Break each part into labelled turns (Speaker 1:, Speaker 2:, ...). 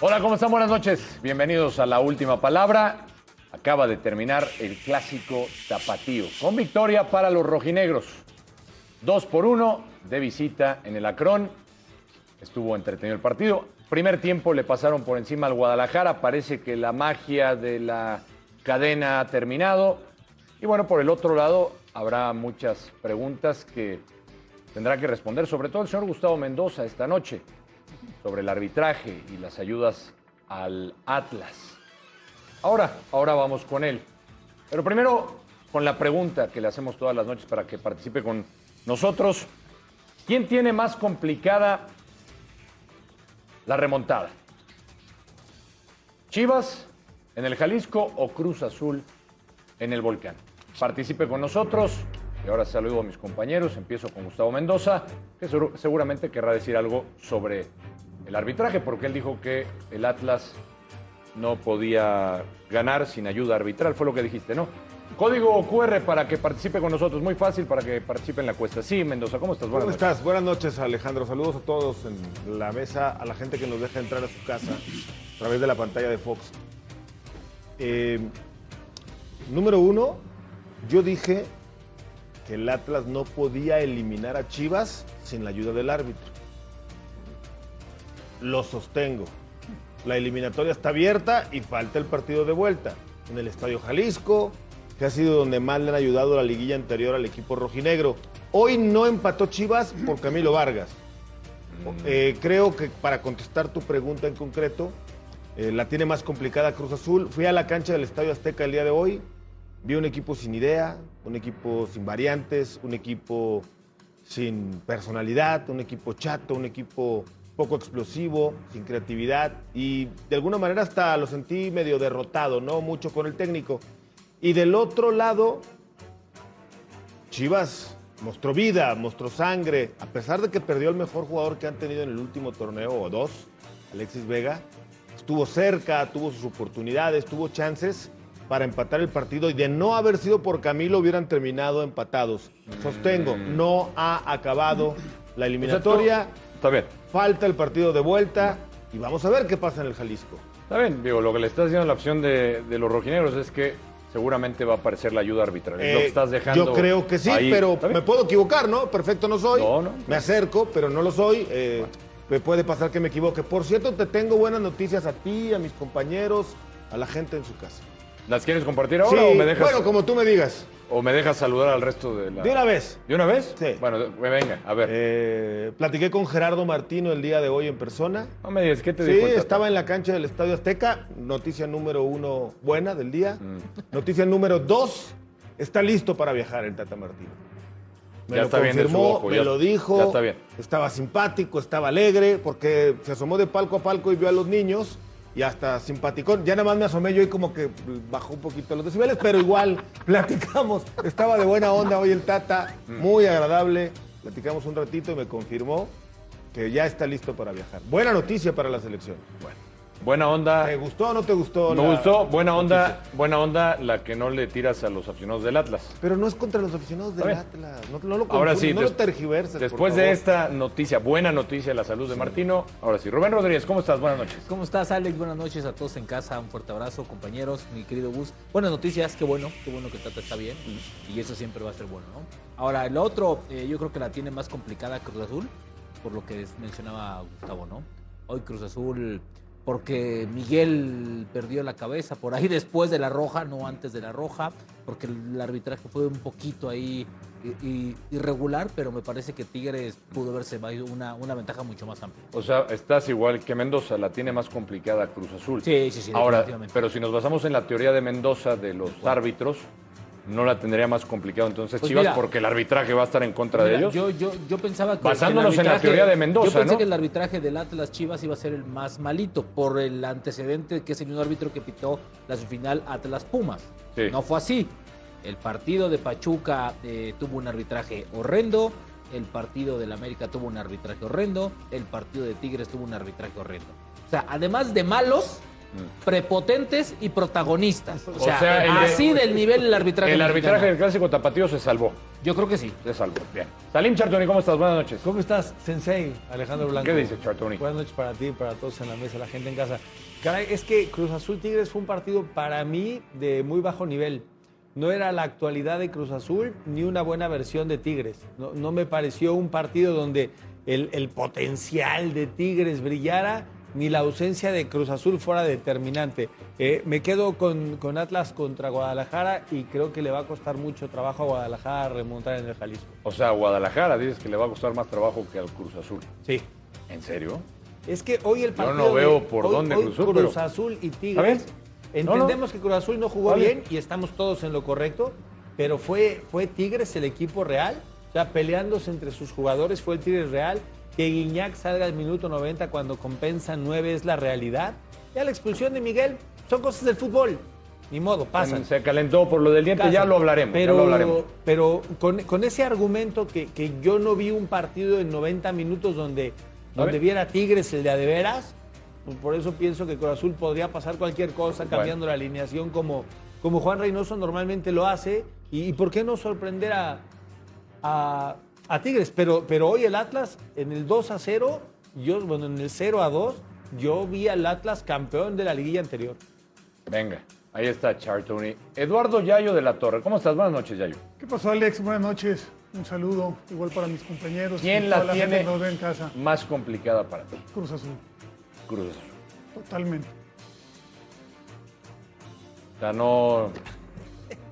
Speaker 1: Hola, ¿cómo están? Buenas noches. Bienvenidos a la última palabra. Acaba de terminar el clásico tapatío, con victoria para los rojinegros. Dos por uno de visita en el Acrón. Estuvo entretenido el partido. Primer tiempo le pasaron por encima al Guadalajara. Parece que la magia de la cadena ha terminado. Y bueno, por el otro lado, habrá muchas preguntas que tendrá que responder, sobre todo el señor Gustavo Mendoza esta noche sobre el arbitraje y las ayudas al Atlas. Ahora, ahora vamos con él. Pero primero con la pregunta que le hacemos todas las noches para que participe con nosotros. ¿Quién tiene más complicada la remontada? ¿Chivas en el Jalisco o Cruz Azul en el Volcán? Participe con nosotros. Y ahora saludo a mis compañeros. Empiezo con Gustavo Mendoza, que seguro- seguramente querrá decir algo sobre el arbitraje, porque él dijo que el Atlas no podía ganar sin ayuda arbitral. Fue lo que dijiste, ¿no? Código QR para que participe con nosotros. Muy fácil para que participe en la cuesta. Sí, Mendoza, ¿cómo estás? Buenas
Speaker 2: ¿Cómo
Speaker 1: noches.
Speaker 2: estás? Buenas noches, Alejandro. Saludos a todos en la mesa, a la gente que nos deja entrar a su casa a través de la pantalla de Fox. Eh, número uno, yo dije que el Atlas no podía eliminar a Chivas sin la ayuda del árbitro. Lo sostengo. La eliminatoria está abierta y falta el partido de vuelta en el Estadio Jalisco, que ha sido donde más le han ayudado la liguilla anterior al equipo rojinegro. Hoy no empató Chivas por Camilo Vargas. Eh, creo que para contestar tu pregunta en concreto, eh, la tiene más complicada Cruz Azul. Fui a la cancha del Estadio Azteca el día de hoy, vi un equipo sin idea, un equipo sin variantes, un equipo sin personalidad, un equipo chato, un equipo poco explosivo, sin creatividad y de alguna manera hasta lo sentí medio derrotado, no mucho con el técnico. Y del otro lado, Chivas mostró vida, mostró sangre, a pesar de que perdió el mejor jugador que han tenido en el último torneo o dos, Alexis Vega, estuvo cerca, tuvo sus oportunidades, tuvo chances para empatar el partido y de no haber sido por Camilo hubieran terminado empatados. Sostengo, no ha acabado la eliminatoria,
Speaker 1: Está bien.
Speaker 2: falta el partido de vuelta y vamos a ver qué pasa en el Jalisco.
Speaker 1: Está bien, digo, lo que le estás diciendo a la opción de, de los rojinegros es que seguramente va a aparecer la ayuda arbitral. Es lo que
Speaker 2: Eh,
Speaker 1: estás dejando.
Speaker 2: Yo creo que sí,
Speaker 1: ahí.
Speaker 2: pero
Speaker 1: Está bien.
Speaker 2: me puedo equivocar, ¿no? Perfecto no soy.
Speaker 1: No, no.
Speaker 2: Me acerco, pero no lo soy. eh, Me puede pasar que me equivoque. Por cierto, te tengo buenas noticias a ti, a mis compañeros, a la gente en su casa.
Speaker 1: ¿Las quieres compartir ahora
Speaker 2: Sí,
Speaker 1: o me dejas?
Speaker 2: Bueno, como tú me digas.
Speaker 1: ¿O me dejas saludar al resto de la.?
Speaker 2: De una vez.
Speaker 1: ¿De una vez?
Speaker 2: Sí.
Speaker 1: Bueno, me venga, a ver.
Speaker 2: eh, platiqué con Gerardo Martino el día de hoy en persona.
Speaker 1: no me digas, ¿qué te
Speaker 2: Sí,
Speaker 1: dijo? el Tata?
Speaker 2: estaba en la cancha del Estadio Azteca. Noticia número uno buena del día. Noticia número dos, está listo para viajar el Tata Martino. Me
Speaker 1: Ya
Speaker 2: lo
Speaker 1: está bien de su
Speaker 2: confirmó,
Speaker 1: ojo,
Speaker 2: me
Speaker 1: ya-
Speaker 2: lo dijo.
Speaker 1: ya está bien.
Speaker 2: Estaba simpático, estaba alegre, porque se asomó de palco a palco y vio a los niños. Y hasta simpaticón. Ya nada más me asomé yo y como que bajó un poquito los decibeles, pero igual platicamos. Estaba de buena onda hoy el Tata, muy agradable. Platicamos un ratito y me confirmó que ya está listo para viajar. Buena noticia para la selección.
Speaker 1: Buena onda.
Speaker 2: ¿Te gustó o no te gustó?
Speaker 1: Me
Speaker 2: la
Speaker 1: gustó, buena onda,
Speaker 2: noticia?
Speaker 1: buena onda la que no le tiras a los aficionados del Atlas.
Speaker 2: Pero no es contra los aficionados del
Speaker 1: Está
Speaker 2: Atlas. No, no lo
Speaker 1: Ahora
Speaker 2: confundas,
Speaker 1: sí,
Speaker 2: no
Speaker 1: des-
Speaker 2: lo tergiverses. por
Speaker 1: Después de
Speaker 2: favor.
Speaker 1: esta noticia, buena noticia de la salud de Martino. Ahora sí, Rubén Rodríguez, ¿cómo estás? Buenas noches.
Speaker 3: ¿Cómo estás, Alex? Buenas noches a todos en casa. Un fuerte abrazo, compañeros, mi querido Gus. Buenas noticias, qué bueno, qué bueno que Tata está bien. Y eso siempre va a ser bueno, ¿no? Ahora, el otro, eh, yo creo que la tiene más complicada Cruz Azul, por lo que mencionaba Gustavo, ¿no? Hoy Cruz Azul porque Miguel perdió la cabeza por ahí después de la roja, no antes de la roja, porque el arbitraje fue un poquito ahí i- i- irregular, pero me parece que Tigres pudo verse va- una, una ventaja mucho más amplia.
Speaker 1: O sea, estás igual que Mendoza, la tiene más complicada Cruz Azul.
Speaker 3: Sí, sí, sí,
Speaker 1: Ahora,
Speaker 3: definitivamente.
Speaker 1: pero si nos basamos en la teoría de Mendoza de los árbitros, no la tendría más complicado entonces
Speaker 3: Pues
Speaker 1: Chivas
Speaker 3: mira.
Speaker 1: porque el arbitraje va a estar en contra de
Speaker 3: Mira,
Speaker 1: ellos.
Speaker 3: Yo, yo, yo pensaba que.
Speaker 1: Basándonos
Speaker 3: que el
Speaker 1: en la
Speaker 3: arbitraje-
Speaker 1: teoría de Mendoza,
Speaker 3: Yo pensé
Speaker 1: ¿no?
Speaker 3: que el arbitraje del Atlas Chivas iba a ser el más malito por el antecedente que es el mismo árbitro que pitó la subfinal Atlas Pumas.
Speaker 1: Sí.
Speaker 3: No fue así. El partido de Pachuca eh, tuvo un arbitraje horrendo. El partido del América tuvo un arbitraje horrendo. El partido de Tigres tuvo un arbitraje horrendo. O sea, además de malos, prepotentes y protagonistas. O
Speaker 1: Mm. O
Speaker 3: sea,
Speaker 1: sea, el de-
Speaker 3: así del nivel el arbitraje.
Speaker 1: el
Speaker 3: mexicano.
Speaker 1: arbitraje del clásico tapatío se salvó.
Speaker 3: Yo creo que sí.
Speaker 1: Se salvó. Bien. Salim Chartoni, ¿cómo estás? Buenas noches.
Speaker 4: ¿Cómo estás, Sensei? Alejandro Blanco.
Speaker 1: ¿Qué dice Chartoni?
Speaker 4: Buenas noches para ti, para todos en la mesa, la gente en casa. Caray, es que Cruz Azul Tigres fue un partido para mí de muy bajo nivel. No era la actualidad de Cruz Azul ni una buena versión de Tigres. No, no me pareció un partido donde el, el potencial de Tigres brillara ni la ausencia de Cruz Azul fuera determinante. Eh, me quedo con, con Atlas contra Guadalajara y creo que le va a costar mucho trabajo a Guadalajara remontar en el Jalisco.
Speaker 1: O sea, a Guadalajara dices que le va a costar más trabajo que al Cruz Azul.
Speaker 4: Sí,
Speaker 1: ¿En serio?
Speaker 4: Es que hoy el
Speaker 1: Yo
Speaker 4: partido.
Speaker 1: no veo
Speaker 4: de-
Speaker 1: por
Speaker 4: hoy-
Speaker 1: dónde
Speaker 4: hoy
Speaker 1: Cruz
Speaker 4: Cruz,
Speaker 1: Azul, pero-
Speaker 4: Azul y
Speaker 1: Está bien.
Speaker 4: Tigres. Entendemos
Speaker 1: No, no.
Speaker 4: que Cruz Azul no jugó
Speaker 1: Está bien.
Speaker 4: bien y estamos todos en lo correcto, pero fue, fue Tigres el equipo real. O sea, peleándose entre sus jugadores fue el Tigres real. Que Guiñac salga al minuto 90 cuando compensa 9 es la realidad. Ya la expulsión de Miguel son cosas del fútbol. Ni modo, pasan.
Speaker 1: Mm, Se calentó por lo del diente, ya
Speaker 4: Casa.
Speaker 1: lo hablaremos. ya
Speaker 4: Pero,
Speaker 1: lo hablaremos.
Speaker 4: pero con, con ese argumento que, que yo no vi un partido en 90 minutos donde, donde
Speaker 1: ver.
Speaker 4: viera Tigres el de a de veras, pues por eso pienso que Cruz Azul podría pasar cualquier cosa cambiando la alineación como, como Juan Reynoso normalmente lo hace. ¿Y, y por qué no sorprender a, a, a Tigres? Pero, pero hoy el Atlas en el 2 a 0, yo, bueno, en el 0 a 2, yo vi al Atlas campeón de la liguilla anterior.
Speaker 1: Venga, ahí está Chartoni. Eduardo Yayo de la Torre, ¿cómo estás? Buenas noches, Yayo.
Speaker 5: ¿Qué pasó, Alex? Buenas noches. Un saludo, igual para mis compañeros. y
Speaker 1: ¿Quién
Speaker 5: toda
Speaker 1: la,
Speaker 5: gente
Speaker 1: tiene
Speaker 5: que nos ve en casa.
Speaker 1: más complicada para ti?
Speaker 5: Cruz Azul,
Speaker 1: Cruz Azul.
Speaker 5: totalmente.
Speaker 1: O sea, no,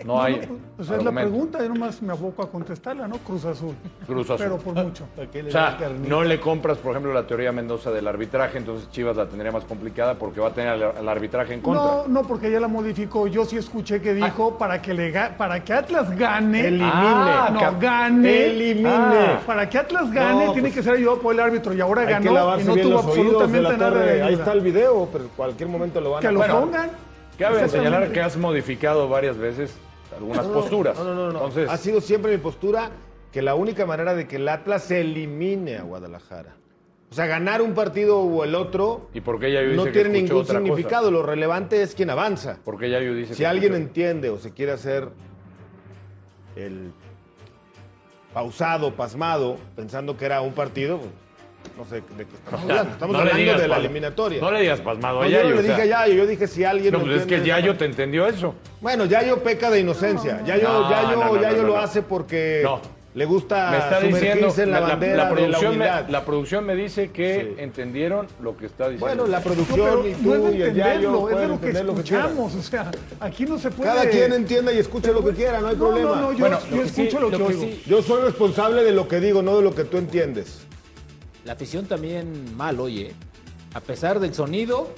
Speaker 1: no hay.
Speaker 5: O sea, Pues, es la
Speaker 1: argumento.
Speaker 5: pregunta, yo nomás me aboco a contestarla, ¿no? Cruz Azul.
Speaker 1: Cruz Azul.
Speaker 5: Pero por mucho.
Speaker 1: O sea, no le compras, por ejemplo, la teoría Mendoza del arbitraje, entonces Chivas la tendría más complicada porque va a tener al, al arbitraje en contra.
Speaker 5: No, no, porque ella la modificó. Yo sí escuché que dijo para que le ga- para que Atlas gane.
Speaker 2: Elimine.
Speaker 1: Ah, cap-
Speaker 5: no, gane.
Speaker 2: elimine.
Speaker 5: Ah. Para que Atlas gane,
Speaker 4: No,
Speaker 5: tiene
Speaker 4: pues-
Speaker 5: que ser ayudado por el árbitro. Y ahora
Speaker 2: Hay que
Speaker 5: ganó y
Speaker 2: lavarse
Speaker 5: no
Speaker 2: bien
Speaker 5: tuvo
Speaker 2: los oídos de
Speaker 5: absolutamente
Speaker 2: la
Speaker 5: nada de
Speaker 2: torre.
Speaker 5: ayuda.
Speaker 2: Ahí está el video, pero en cualquier momento lo van
Speaker 5: Que
Speaker 2: a
Speaker 5: lo
Speaker 2: Bueno,
Speaker 5: pongan.
Speaker 1: Cabe
Speaker 5: Exactamente.
Speaker 1: señalar que has modificado varias veces algunas
Speaker 2: no, no,
Speaker 1: posturas.
Speaker 2: No, no, no, no.
Speaker 1: Entonces,
Speaker 2: ha sido siempre mi postura que la única manera de que el Atlas elimine a Guadalajara. O sea, ganar un partido o el otro
Speaker 1: ¿y por qué Yayo dice
Speaker 2: no
Speaker 1: que
Speaker 2: tiene
Speaker 1: escuchó
Speaker 2: ningún
Speaker 1: otra cosa?
Speaker 2: significado. Lo relevante es quien avanza.
Speaker 1: ¿Por qué Yayo dice
Speaker 2: Si
Speaker 1: que
Speaker 2: alguien
Speaker 1: escuchó?
Speaker 2: entiende o se quiere hacer el pausado, pasmado, pensando que era un partido, pues, no sé de qué estamos hablando. Estamos
Speaker 1: No le
Speaker 2: hablando
Speaker 1: digas
Speaker 2: de la
Speaker 1: pas-
Speaker 2: eliminatoria.
Speaker 1: No le digas pasmado a
Speaker 2: No, yo no
Speaker 1: Yayo.
Speaker 2: le
Speaker 1: o sea,
Speaker 2: dije a Yayo, yo dije si alguien.
Speaker 1: no,
Speaker 2: no
Speaker 1: pues es que
Speaker 2: entiende-
Speaker 1: Yayo te entendió eso.
Speaker 2: Bueno, Yayo peca de inocencia. Yayo,
Speaker 1: No,
Speaker 2: Yayo-
Speaker 1: no, no,
Speaker 2: Yayo
Speaker 1: no,
Speaker 2: lo
Speaker 1: no.
Speaker 2: hace porque
Speaker 1: No.
Speaker 2: le gusta
Speaker 1: me está
Speaker 2: sumergirse
Speaker 1: diciendo
Speaker 2: en la,
Speaker 1: la- la-
Speaker 2: bandera
Speaker 1: la producción
Speaker 2: de la
Speaker 1: me,
Speaker 2: humildad.
Speaker 1: la producción me dice que
Speaker 2: Sí.
Speaker 1: entendieron lo que está diciendo.
Speaker 2: bueno, la
Speaker 5: No,
Speaker 2: producción y
Speaker 5: pero
Speaker 2: tú
Speaker 5: no es
Speaker 2: y
Speaker 5: de
Speaker 2: el Yayo pues.
Speaker 5: entenderlo, es de
Speaker 2: pueden
Speaker 5: lo que
Speaker 2: entender lo que quieran.
Speaker 5: escuchamos. o sea, aquí no se puede.
Speaker 2: Cada quien entienda y escuche lo que quiera, no hay problema.
Speaker 5: No, no, yo,
Speaker 1: Bueno,
Speaker 5: yo
Speaker 1: lo que sí-
Speaker 5: escucho lo que,
Speaker 1: lo que
Speaker 5: oigo.
Speaker 1: sí-
Speaker 2: Yo soy responsable de lo que digo, no de lo que tú entiendes.
Speaker 3: La afición también mal, oye. A pesar del sonido,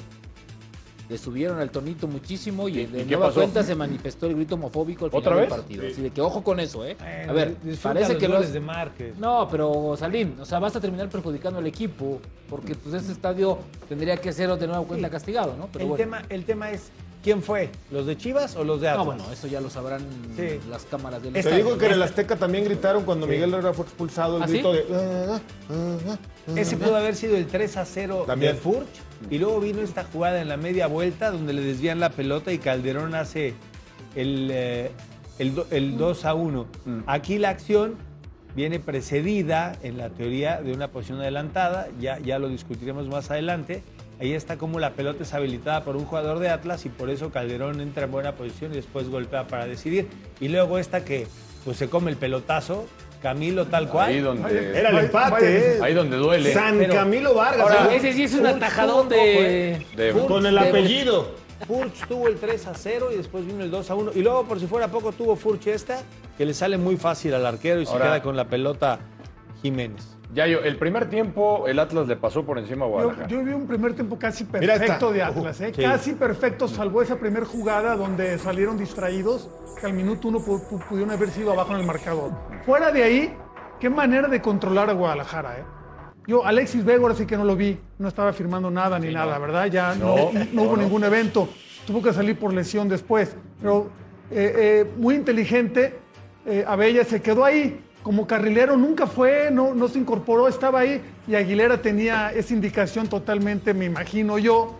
Speaker 3: le subieron al tonito muchísimo y de
Speaker 1: qué
Speaker 3: nueva
Speaker 1: pasó?
Speaker 3: cuenta se manifestó el grito homofóbico al final
Speaker 1: ¿Otra
Speaker 3: del
Speaker 1: vez?
Speaker 3: partido. Así de que ojo con eso, ¿eh?
Speaker 4: Bueno,
Speaker 3: A ver,
Speaker 4: disfruta
Speaker 3: parece
Speaker 4: los
Speaker 3: que no
Speaker 4: goles
Speaker 3: es-
Speaker 4: de Márquez.
Speaker 3: No, pero Salim, o sea, vas a terminar perjudicando al equipo porque pues ese estadio tendría que ser de nueva cuenta castigado, ¿no? Pero
Speaker 4: el,
Speaker 3: bueno.
Speaker 4: tema, el tema es, ¿quién fue? ¿Los de Chivas o los de Atlas?
Speaker 3: No, Ah, bueno, eso ya lo sabrán
Speaker 4: Sí.
Speaker 3: las cámaras del
Speaker 4: Esta-
Speaker 2: Te
Speaker 3: estadio,
Speaker 2: digo que
Speaker 3: ¿no?
Speaker 2: en el Azteca también gritaron cuando Miguel Herrera fue expulsado el
Speaker 3: ¿Ah, sí?
Speaker 2: grito de... "Ah, ah, ah, ah".
Speaker 4: Ese pudo haber sido el 3 a 0
Speaker 2: También.
Speaker 4: de Furch. Y luego vino esta jugada en la media vuelta donde le desvían la pelota y Calderón hace el, eh, el, do- el 2 a 1. Aquí la acción viene precedida en la teoría de una posición adelantada. Ya, ya lo discutiremos más adelante. Ahí está como la pelota es habilitada por un jugador de Atlas y por eso Calderón entra en buena posición y después golpea para decidir. Y luego esta que pues, se come el pelotazo Camilo tal
Speaker 1: Ahí
Speaker 4: cual.
Speaker 1: donde,
Speaker 2: Era el empate, ¿eh?
Speaker 1: ahí donde duele.
Speaker 2: San
Speaker 4: Pero-
Speaker 2: Camilo Vargas.
Speaker 4: Ahora,
Speaker 2: ¿sabes?
Speaker 3: Ese sí es un
Speaker 4: Furch
Speaker 3: atajadón
Speaker 4: tuvo un poco,
Speaker 3: de...
Speaker 4: ¿eh?
Speaker 1: De-
Speaker 2: con el apellido.
Speaker 4: Furch tuvo el 3 a 0 y después vino el 2 a 1. Y luego, por si fuera poco, tuvo Furch esta, que le sale muy fácil al arquero y
Speaker 1: Ahora-
Speaker 4: se queda con la pelota Jiménez.
Speaker 1: Yayo, el primer tiempo el Atlas le pasó por encima a
Speaker 5: Yo,
Speaker 1: Guadalajara.
Speaker 5: yo vi un primer tiempo casi
Speaker 2: Mira esta.
Speaker 5: perfecto de Atlas, ¿eh?
Speaker 4: Sí.
Speaker 5: casi perfecto, salvo esa primera jugada donde salieron distraídos, que al minuto uno pu- pu- pudieron haber sido abajo en el marcador. Fuera de ahí, qué manera de controlar a Guadalajara. ¿eh? Yo, Alexis Vega, ahora sí que no lo vi, no estaba firmando nada ni nada, ¿verdad? Ya no,
Speaker 1: No,
Speaker 5: no hubo
Speaker 1: no, no.
Speaker 5: ningún evento, tuvo que salir por lesión después, pero eh, eh, muy inteligente, eh, Abella se quedó ahí, como carrilero nunca fue, no, no se incorporó, estaba ahí y Aguilera tenía esa indicación totalmente, me imagino yo,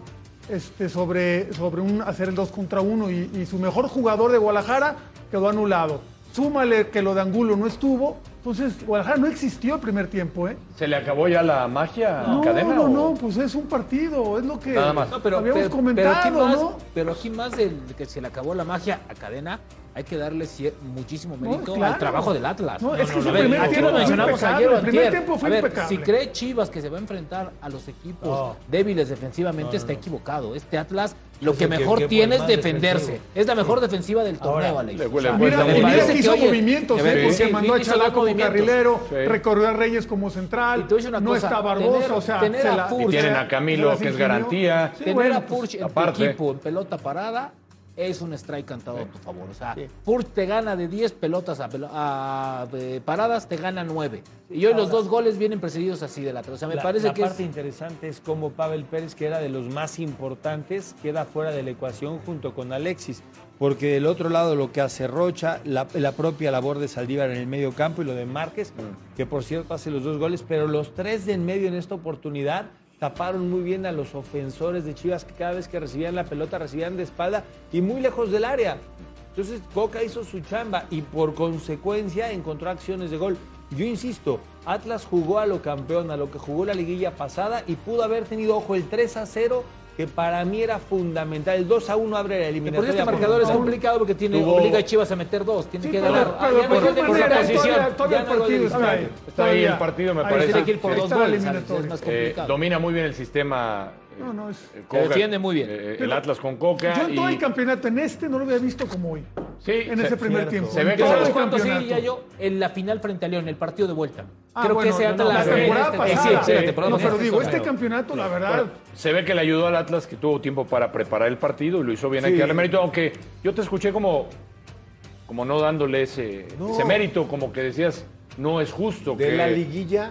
Speaker 5: este, sobre, sobre un, hacer el 2 contra 1 y, y su mejor jugador de Guadalajara quedó anulado. Súmale que lo de Angulo no estuvo, entonces Guadalajara no existió el primer tiempo, ¿eh?
Speaker 1: ¿Se le acabó ya la magia en
Speaker 5: No,
Speaker 1: cadena?
Speaker 5: no,
Speaker 1: o-
Speaker 5: no, pues es un partido, es lo que
Speaker 1: Nada más.
Speaker 3: No, pero,
Speaker 5: habíamos
Speaker 3: pero- pero
Speaker 5: comentado,
Speaker 3: aquí más,
Speaker 5: ¿no?
Speaker 3: pero aquí más del que se le acabó la magia a cadena, hay que darle cier- muchísimo mérito
Speaker 5: claro.
Speaker 3: al trabajo del Atlas.
Speaker 5: No, es que su
Speaker 3: a ver,
Speaker 5: primer
Speaker 3: aquí
Speaker 5: tiempo
Speaker 3: lo
Speaker 5: fue
Speaker 3: mencionamos
Speaker 5: impecable,
Speaker 3: ayer o
Speaker 5: el primer
Speaker 3: antier.
Speaker 5: tiempo fue
Speaker 3: A ver,
Speaker 5: impecable.
Speaker 3: Si cree Chivas que se va a enfrentar a los equipos
Speaker 4: No.
Speaker 3: débiles defensivamente, está equivocado. Este Atlas lo
Speaker 4: Es
Speaker 3: que
Speaker 4: el que-
Speaker 3: mejor
Speaker 4: que
Speaker 3: tiene es
Speaker 4: más
Speaker 3: defenderse.
Speaker 4: defensivo.
Speaker 3: Es la mejor defensiva del
Speaker 4: Ahora,
Speaker 3: torneo, Alex.
Speaker 1: le huele
Speaker 3: O sea,
Speaker 1: Pues
Speaker 5: Ah, Mira,
Speaker 1: la
Speaker 5: y
Speaker 1: verdad
Speaker 5: mira
Speaker 1: es
Speaker 5: que
Speaker 3: que,
Speaker 5: hizo
Speaker 3: oye,
Speaker 5: movimientos,
Speaker 3: sí,
Speaker 5: ¿eh? Porque
Speaker 3: sí,
Speaker 5: mandó a
Speaker 3: hizo
Speaker 5: Chalá
Speaker 3: dos
Speaker 5: como
Speaker 3: movimientos.
Speaker 5: carrilero,
Speaker 1: Sí.
Speaker 5: recorrió a Reyes como central,
Speaker 3: Y te voy a decir una
Speaker 5: no
Speaker 3: cosa,
Speaker 5: está Barbosa,
Speaker 3: tener-
Speaker 5: o sea,
Speaker 3: tener
Speaker 5: se
Speaker 3: a
Speaker 5: la-
Speaker 3: Furch.
Speaker 1: Y tienen a
Speaker 5: se
Speaker 1: Camilo,
Speaker 5: las
Speaker 1: que es
Speaker 5: ingenió.
Speaker 1: garantía.
Speaker 5: Sí,
Speaker 3: Tener
Speaker 5: bueno,
Speaker 3: a Furch
Speaker 5: pues,
Speaker 3: en tu
Speaker 1: aparte.
Speaker 3: equipo en pelota parada es un strike cantado a tu favor. O sea, Furch te gana de 10 pelotas a, pelo- a, eh, paradas, te gana 9. Y hoy los dos goles vienen precedidos así de la O sea, me
Speaker 4: la,
Speaker 3: parece
Speaker 4: la
Speaker 3: que
Speaker 4: parte
Speaker 3: es.
Speaker 4: interesante es cómo Pavel Pérez, que era de los más importantes, queda fuera de la ecuación junto con Alexis. Porque del otro lado lo que hace Rocha, la, la propia labor de Saldívar en el medio campo y lo de Márquez,
Speaker 3: Mm.
Speaker 4: que por cierto hace los dos goles, pero los tres de en medio en esta oportunidad taparon muy bien a los ofensores de Chivas que cada vez que recibían la pelota recibían de espalda y muy lejos del área. Entonces Coca hizo su chamba y por consecuencia encontró acciones de gol. Yo insisto, Atlas jugó a lo campeón, a lo que jugó la liguilla pasada y pudo haber tenido, ojo, el 3 a 0 que para mí era fundamental. El 2 a 1 abre la
Speaker 3: Por
Speaker 4: eliminatoria.
Speaker 3: este marcador es
Speaker 4: Por-
Speaker 3: complicado porque tiene,
Speaker 1: Tuvo-
Speaker 3: obliga a Chivas a meter dos. Tiene
Speaker 5: Sí,
Speaker 3: que
Speaker 5: pero-
Speaker 3: ganar. Ah,
Speaker 5: pero
Speaker 3: ya no
Speaker 5: de
Speaker 3: lo de-
Speaker 5: cualquier
Speaker 3: por la
Speaker 5: manera,
Speaker 3: posición.
Speaker 5: todavía- todavía
Speaker 3: Ya
Speaker 5: el
Speaker 3: no lo de-
Speaker 5: partido está ahí.
Speaker 1: Está ahí el partido, me
Speaker 5: Ahí
Speaker 1: parece.
Speaker 3: Tiene que ir por
Speaker 5: Ahí
Speaker 3: dos
Speaker 5: está la
Speaker 3: goles. ¿sabes?
Speaker 5: eliminatoria.
Speaker 3: Es más
Speaker 1: Eh,
Speaker 3: complicado.
Speaker 1: domina muy bien el sistema. eh,
Speaker 5: No, no, es-
Speaker 1: eh,
Speaker 3: Se defiende muy bien.
Speaker 1: eh, el
Speaker 5: Pero-
Speaker 1: Atlas con Coca.
Speaker 5: Yo en todo
Speaker 1: y-
Speaker 5: el campeonato, en este no lo había visto como hoy,
Speaker 1: Sí,
Speaker 5: en
Speaker 1: se-
Speaker 5: ese primer
Speaker 4: cierto.
Speaker 5: tiempo.
Speaker 1: se ve
Speaker 5: En
Speaker 1: que
Speaker 5: todo
Speaker 1: se
Speaker 5: el
Speaker 1: los-
Speaker 3: ¿Cuánto sí,
Speaker 5: campeonato.
Speaker 3: ya yo? En la final frente a León, el partido de vuelta.
Speaker 5: Ah,
Speaker 3: Creo
Speaker 5: bueno,
Speaker 3: que ese
Speaker 5: no, no,
Speaker 3: Atlas.
Speaker 5: La temporada
Speaker 3: eh,
Speaker 5: pasada.
Speaker 3: sí, sí, la temporada
Speaker 5: no,
Speaker 3: pasada.
Speaker 5: pero digo, este campeonato, la verdad,
Speaker 1: Se ve que le ayudó al Atlas que tuvo tiempo para preparar el partido y lo hizo bien. Hay
Speaker 4: Sí.
Speaker 1: que darle mérito, aunque yo te escuché como, como no dándole ese, ese mérito, como que decías, no es justo.
Speaker 2: De
Speaker 1: que-
Speaker 2: la liguilla.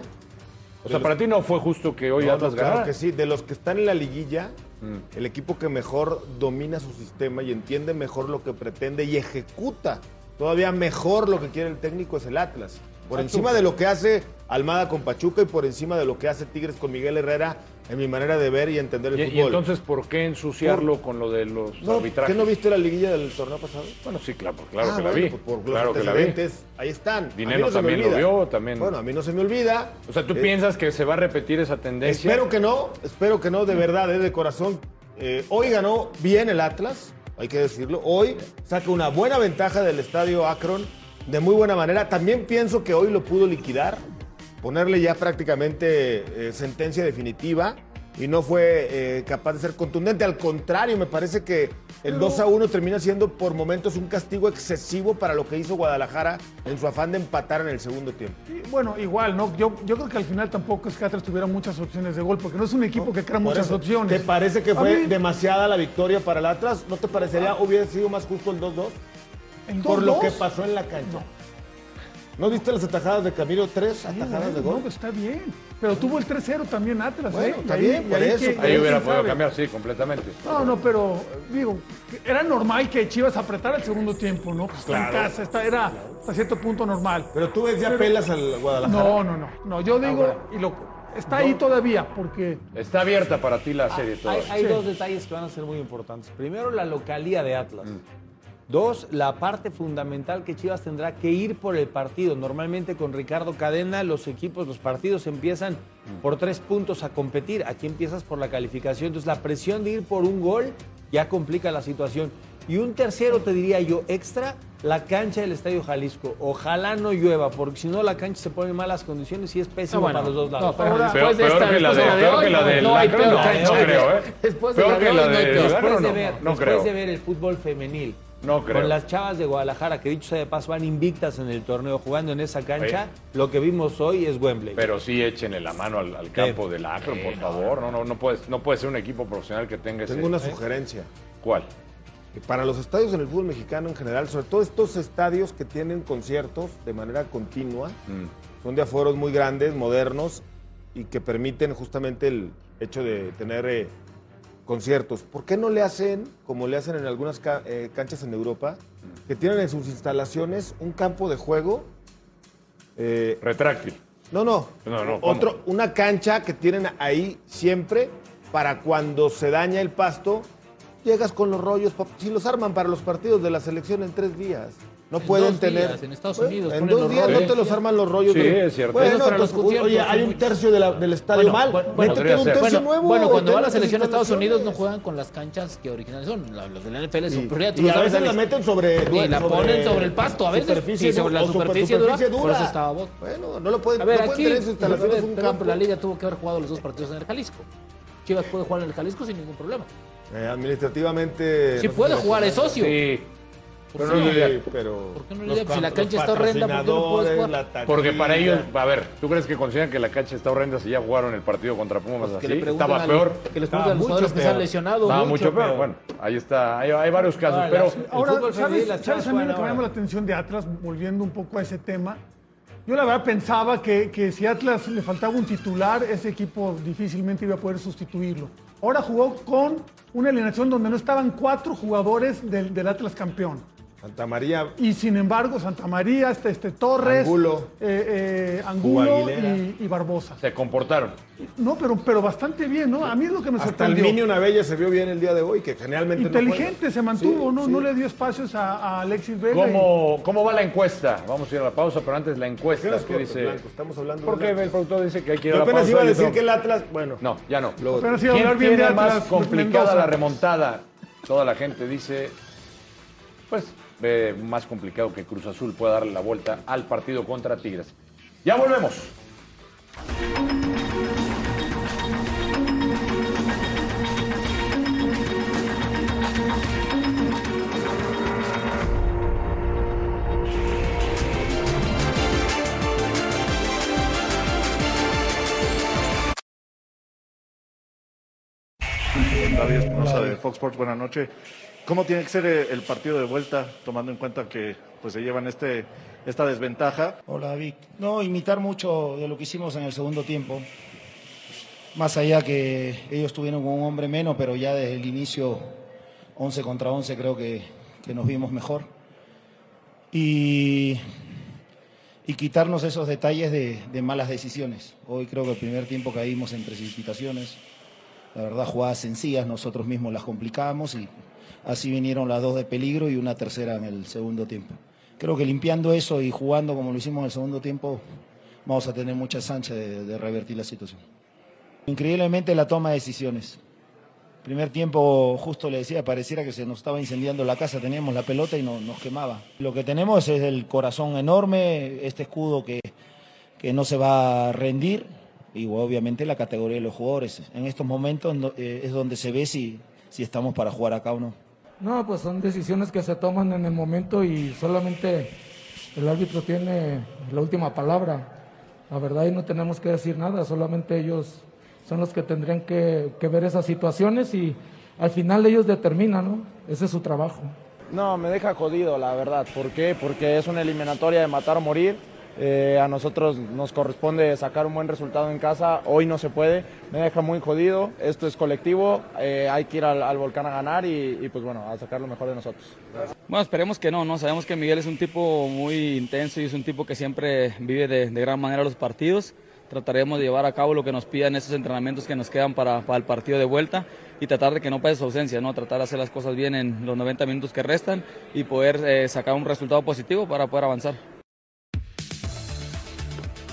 Speaker 1: o sea, para ti no fue justo que hoy
Speaker 2: No,
Speaker 1: Atlas
Speaker 2: no, claro
Speaker 1: ganara.
Speaker 2: que sí. De los que están en la liguilla,
Speaker 6: Mm.
Speaker 2: el equipo que mejor domina su sistema y entiende mejor lo que pretende y ejecuta todavía mejor lo que quiere el técnico es el Atlas. Por encima de lo que hace Almada con Pachuca y por encima de lo que hace Tigres con Miguel Herrera, en mi manera de ver y entender el
Speaker 1: Y, y
Speaker 2: fútbol.
Speaker 1: entonces, ¿por qué ensuciarlo con lo de los
Speaker 2: Pues, No,
Speaker 1: arbitrajes?
Speaker 2: ¿Qué no viste la liguilla del torneo pasado?
Speaker 1: Bueno, sí, claro, claro
Speaker 2: Ah,
Speaker 1: que la
Speaker 2: bueno,
Speaker 1: vi.
Speaker 2: pues por los
Speaker 1: claro que la vi.
Speaker 2: antecedentes, ahí están. A mí
Speaker 1: Dineno
Speaker 2: no se me
Speaker 1: también lo
Speaker 2: olvida.
Speaker 1: vio, también.
Speaker 2: Bueno, a mí no se me olvida.
Speaker 1: O sea, ¿tú
Speaker 2: Eh,
Speaker 1: piensas que se va a repetir esa tendencia?
Speaker 2: Espero que no, espero que no, de verdad, eh, de corazón. Eh, hoy ganó bien el Atlas, hay que decirlo. Hoy saca una buena ventaja del estadio Akron, de muy buena manera. También pienso que hoy lo pudo liquidar, ponerle ya prácticamente eh, sentencia definitiva. Y no fue eh, capaz de ser contundente. Al contrario, me parece que el 2 a 1 termina siendo por momentos un castigo excesivo para lo que hizo Guadalajara en su afán de empatar en el segundo tiempo.
Speaker 5: Y, Bueno, igual, ¿no? Yo, yo creo que al final tampoco es que Atlas tuviera muchas opciones de gol, porque no es un equipo que crea
Speaker 2: Por
Speaker 5: muchas
Speaker 2: eso,
Speaker 5: opciones.
Speaker 2: ¿Te parece que
Speaker 5: A
Speaker 2: fue
Speaker 5: mí- Ah.
Speaker 2: demasiada la victoria para el Atlas? ¿No te parecería hubiera sido más justo el 2-2?
Speaker 5: ¿El
Speaker 2: Por lo
Speaker 5: 2-2?
Speaker 2: que pasó en la cancha. No. viste las atajadas de Camilo? Tres
Speaker 5: Sí,
Speaker 2: atajadas
Speaker 5: bueno,
Speaker 2: de gol.
Speaker 5: no, pues está bien. Pero tuvo el 3-0 también Atlas,
Speaker 2: Bueno,
Speaker 5: ¿eh?
Speaker 2: está
Speaker 5: Y
Speaker 2: bien,
Speaker 5: y
Speaker 2: por
Speaker 5: quién-
Speaker 2: eso, por
Speaker 1: Ahí
Speaker 2: eso.
Speaker 5: quién
Speaker 1: hubiera podido
Speaker 5: sabe.
Speaker 1: cambiar, sí, completamente.
Speaker 5: No, no, pero digo, era normal que Chivas apretara el segundo tiempo, ¿no? Pues está en
Speaker 2: Claro.
Speaker 5: casa, está- era hasta cierto punto normal.
Speaker 2: Pero tú ves ya pelas al Guadalajara. Ah,
Speaker 5: No, no, no. No, yo digo, y lo, está ahí todavía, porque
Speaker 1: Está abierta para ti la serie
Speaker 3: Ah,
Speaker 4: Hay,
Speaker 1: todavía.
Speaker 4: hay
Speaker 5: Sí.
Speaker 4: dos detalles que van a ser muy importantes. Primero, la localía de Atlas. Dos, la parte fundamental que Chivas tendrá que ir por el partido. Normalmente con Ricardo Cadena los equipos, los partidos empiezan por tres puntos a competir. Aquí empiezas por la calificación. Entonces la presión de ir por un gol ya complica la situación. Y un tercero, te diría yo, extra, la cancha del Estadio Jalisco. Ojalá no llueva, porque si no la cancha se pone en malas condiciones y es pésimo
Speaker 6: No, Ah, bueno,
Speaker 4: para los dos lados.
Speaker 6: no, pero
Speaker 4: Ahora,
Speaker 6: después de
Speaker 7: Peor-
Speaker 6: esta,
Speaker 7: peor que la
Speaker 6: después
Speaker 7: de-
Speaker 6: de
Speaker 7: peor que la
Speaker 6: la de
Speaker 7: del
Speaker 6: hoy, no hay
Speaker 7: Lacro,
Speaker 6: pelo
Speaker 7: no,
Speaker 6: cancha.
Speaker 7: no creo, ¿eh?
Speaker 6: Después de
Speaker 7: Peor
Speaker 6: la
Speaker 7: que
Speaker 6: de hoy,
Speaker 7: la
Speaker 6: no hay
Speaker 7: de-
Speaker 6: pelo.
Speaker 7: Lacro,
Speaker 4: después de
Speaker 7: no,
Speaker 4: ver,
Speaker 7: no
Speaker 4: después
Speaker 7: creo.
Speaker 4: de ver el fútbol femenil
Speaker 1: No creo.
Speaker 4: con las chavas de Guadalajara, que dicho sea de paso van invictas en el torneo jugando en esa cancha,
Speaker 1: Oye.
Speaker 4: lo que vimos hoy es Wembley.
Speaker 1: Pero sí échenle la mano al, al campo del Akron, por favor. No, no, no puedes, no puede ser un equipo profesional que tenga ese. ¿Eh?
Speaker 2: Tengo una sugerencia.
Speaker 1: ¿Cuál?
Speaker 2: que para los estadios en el fútbol mexicano en general, sobre todo estos estadios que tienen conciertos de manera continua, son de aforos muy grandes, modernos y que permiten justamente el hecho de tener eh, conciertos. ¿Por qué no le hacen, como le hacen en algunas ca- eh, canchas en Europa, que tienen en sus instalaciones un campo de juego? eh,
Speaker 1: Retráctil.
Speaker 2: no, no.
Speaker 1: No, no, ¿cómo?
Speaker 2: Otro, una cancha que tienen ahí siempre para cuando se daña el pasto, llegas con los rollos. pa- Si los arman para los partidos de la selección en tres días, no
Speaker 3: En
Speaker 2: pueden
Speaker 3: dos
Speaker 2: tener.
Speaker 3: días, en Estados
Speaker 2: Bueno,
Speaker 3: Unidos
Speaker 2: en
Speaker 3: ponen
Speaker 2: dos
Speaker 3: los
Speaker 2: días no
Speaker 3: rollos.
Speaker 2: te los arman los rollos.
Speaker 1: Sí,
Speaker 2: de-
Speaker 1: es cierto.
Speaker 2: Bueno,
Speaker 3: Eso para los
Speaker 2: pues,
Speaker 3: conciertos
Speaker 2: oye,
Speaker 3: es
Speaker 2: hay
Speaker 3: muy-
Speaker 2: un tercio de la- del estadio
Speaker 3: Bueno,
Speaker 2: mal.
Speaker 3: bueno,
Speaker 2: Métete
Speaker 1: podría
Speaker 2: un
Speaker 1: ser.
Speaker 2: tercio
Speaker 1: Bueno,
Speaker 2: nuevo.
Speaker 3: bueno, cuando
Speaker 2: ten
Speaker 3: va la
Speaker 2: las
Speaker 3: selección de Estados Unidos no
Speaker 2: instalaciones.
Speaker 3: juegan con las canchas que originales son. la- Los de la NFL son
Speaker 2: Y,
Speaker 3: prioridad. pues, tú
Speaker 2: y
Speaker 3: lo
Speaker 2: a
Speaker 3: sabes,
Speaker 2: veces la
Speaker 3: Alex.
Speaker 2: meten sobre.
Speaker 3: Y la
Speaker 2: sobre
Speaker 3: ponen sobre el pasto, a veces.
Speaker 2: superficie
Speaker 3: Sí, sobre la
Speaker 2: du- o super-
Speaker 3: superficie dura,
Speaker 2: superficie
Speaker 3: por eso estaba vos.
Speaker 2: Bueno, no lo pueden,
Speaker 3: A ver,
Speaker 2: no pueden
Speaker 3: aquí
Speaker 2: tener en sus instalaciones un
Speaker 3: pero
Speaker 2: campo.
Speaker 3: la liga tuvo que haber jugado los dos partidos en el Jalisco. Chivas puede jugar en el Jalisco sin ningún problema.
Speaker 2: Eh, administrativamente.
Speaker 3: Sí
Speaker 2: no se
Speaker 3: puede
Speaker 2: me
Speaker 3: jugar, es
Speaker 2: ocurre.
Speaker 3: socio.
Speaker 1: Sí.
Speaker 3: ¿Por
Speaker 2: Sí,
Speaker 3: qué no?
Speaker 2: pero.
Speaker 3: ¿Por qué no le
Speaker 2: los
Speaker 3: diría? Pues si la
Speaker 2: camp-
Speaker 3: cancha
Speaker 2: los
Speaker 3: está horrenda, ¿por qué no puedes jugar?
Speaker 2: patrocinadores, la
Speaker 1: Porque para
Speaker 2: taquilla.
Speaker 1: ellos, a ver, ¿tú crees que consideran que la cancha está horrenda si ya jugaron el partido contra Pumas
Speaker 3: Pues Que le
Speaker 1: así?
Speaker 3: pregunten
Speaker 1: Estaba
Speaker 3: al-
Speaker 1: peor.
Speaker 3: Que les pregunten a los
Speaker 4: mucho
Speaker 3: jugadores que se han
Speaker 4: peor.
Speaker 3: lesionado.
Speaker 1: Estaba mucho, peor. Bueno, ahí está. Hay, hay varios casos,
Speaker 4: Ahora,
Speaker 1: pero.
Speaker 4: las- El
Speaker 5: Ahora,
Speaker 4: fútbol femenil,
Speaker 5: ¿sabes,
Speaker 4: las
Speaker 5: ¿sabes a mí
Speaker 4: chavas
Speaker 5: lo que me
Speaker 4: juegan
Speaker 5: llama la
Speaker 4: ahora.
Speaker 5: atención de Atlas? Volviendo un poco a ese tema. Yo la verdad pensaba que, que si Atlas le faltaba un titular, ese equipo difícilmente iba a poder sustituirlo. Ahora jugó con una alineación donde no estaban cuatro jugadores del, del Atlas campeón.
Speaker 2: Santa María.
Speaker 5: Y sin embargo, Santa María, este, este Torres,
Speaker 2: Angulo.
Speaker 5: eh, eh, Angulo
Speaker 2: Aguilera.
Speaker 5: y, y Barbosa.
Speaker 1: Se comportaron.
Speaker 5: No, pero, pero bastante bien, ¿no? A mí es lo que me
Speaker 2: Hasta el
Speaker 5: sorprendió.
Speaker 2: Mini Bella se vio bien el día de hoy, que generalmente. no
Speaker 5: Inteligente
Speaker 2: juega.
Speaker 5: se mantuvo,
Speaker 2: Sí,
Speaker 5: ¿no?
Speaker 2: sí.
Speaker 5: No le dio espacios a, a Alexis Vega. y-
Speaker 1: ¿Cómo, ¿Cómo va la encuesta? Vamos a ir a la pausa, pero antes la
Speaker 2: ¿Qué
Speaker 1: encuesta.
Speaker 2: nos
Speaker 1: ¿Qué
Speaker 2: cortas,
Speaker 1: dice?
Speaker 2: Blanco? Estamos hablando. de
Speaker 1: Porque
Speaker 2: Atlas.
Speaker 1: el productor dice que hay que ir
Speaker 2: Yo
Speaker 1: a la pausa.
Speaker 2: apenas iba a
Speaker 1: yo
Speaker 2: decir
Speaker 1: tengo-
Speaker 2: que el Atlas. Bueno.
Speaker 1: No, ya no.
Speaker 2: Luego-
Speaker 5: Pero sí,
Speaker 1: ¿Quién
Speaker 5: hablar bien de
Speaker 1: tiene más
Speaker 5: Atlas,
Speaker 1: complicada
Speaker 5: Mendoza.
Speaker 1: la remontada? Toda la gente dice, pues, ve más complicado que Cruz Azul pueda darle la vuelta al partido contra Tigres. Ya volvemos.
Speaker 8: David Espinosa de Fox Sports, buenas noches. ¿Cómo tiene que ser eh, el partido de vuelta, tomando en cuenta que pues, se llevan este, esta desventaja?
Speaker 9: Hola David. No, imitar mucho de lo que hicimos en el segundo tiempo. Más allá que ellos tuvieron con un hombre menos, pero ya desde el inicio, 11 contra 11, creo que, que nos vimos mejor. Y, y quitarnos esos detalles de, de malas decisiones. Hoy creo que el primer tiempo caímos en precipitaciones. La verdad, jugadas sencillas, nosotros mismos las complicábamos y así vinieron las dos de peligro y una tercera en el segundo tiempo. Creo que limpiando eso y jugando como lo hicimos en el segundo tiempo, vamos a tener muchas anchas de, de revertir la situación. Increíblemente la toma de decisiones. Primer tiempo, justo le decía, pareciera que se nos estaba incendiando la casa, teníamos la pelota y no- nos quemaba. Lo que tenemos es el corazón enorme, este escudo que, que no se va a rendir y obviamente la categoría de los jugadores. En estos momentos no- eh, es donde se ve si, si estamos para jugar acá o no.
Speaker 10: No, pues son decisiones que se toman en el momento y solamente el árbitro tiene la última palabra. La verdad, ahí no tenemos que decir nada, solamente ellos son los que tendrían que, que ver esas situaciones y al final ellos determinan, ¿no? Ese es su trabajo.
Speaker 11: No, me deja jodido, la verdad. ¿Por qué? Porque es una eliminatoria de matar o morir. Eh, a nosotros nos corresponde sacar un buen resultado en casa. Hoy no se puede. Me deja muy jodido. Esto es colectivo. Eh, hay que ir al, al volcán a ganar y, y, pues bueno, a sacar lo mejor de nosotros.
Speaker 10: Bueno, esperemos que no, ¿no? Sabemos que Miguel es un tipo muy intenso y es un tipo que siempre vive de, de gran manera los partidos. Trataremos de llevar a cabo lo que nos pidan esos entrenamientos que nos quedan para, para el partido de vuelta y tratar de que no pase su ausencia, ¿no? Tratar de hacer las cosas bien en los 90 minutos que restan y poder eh, sacar un resultado positivo para poder avanzar.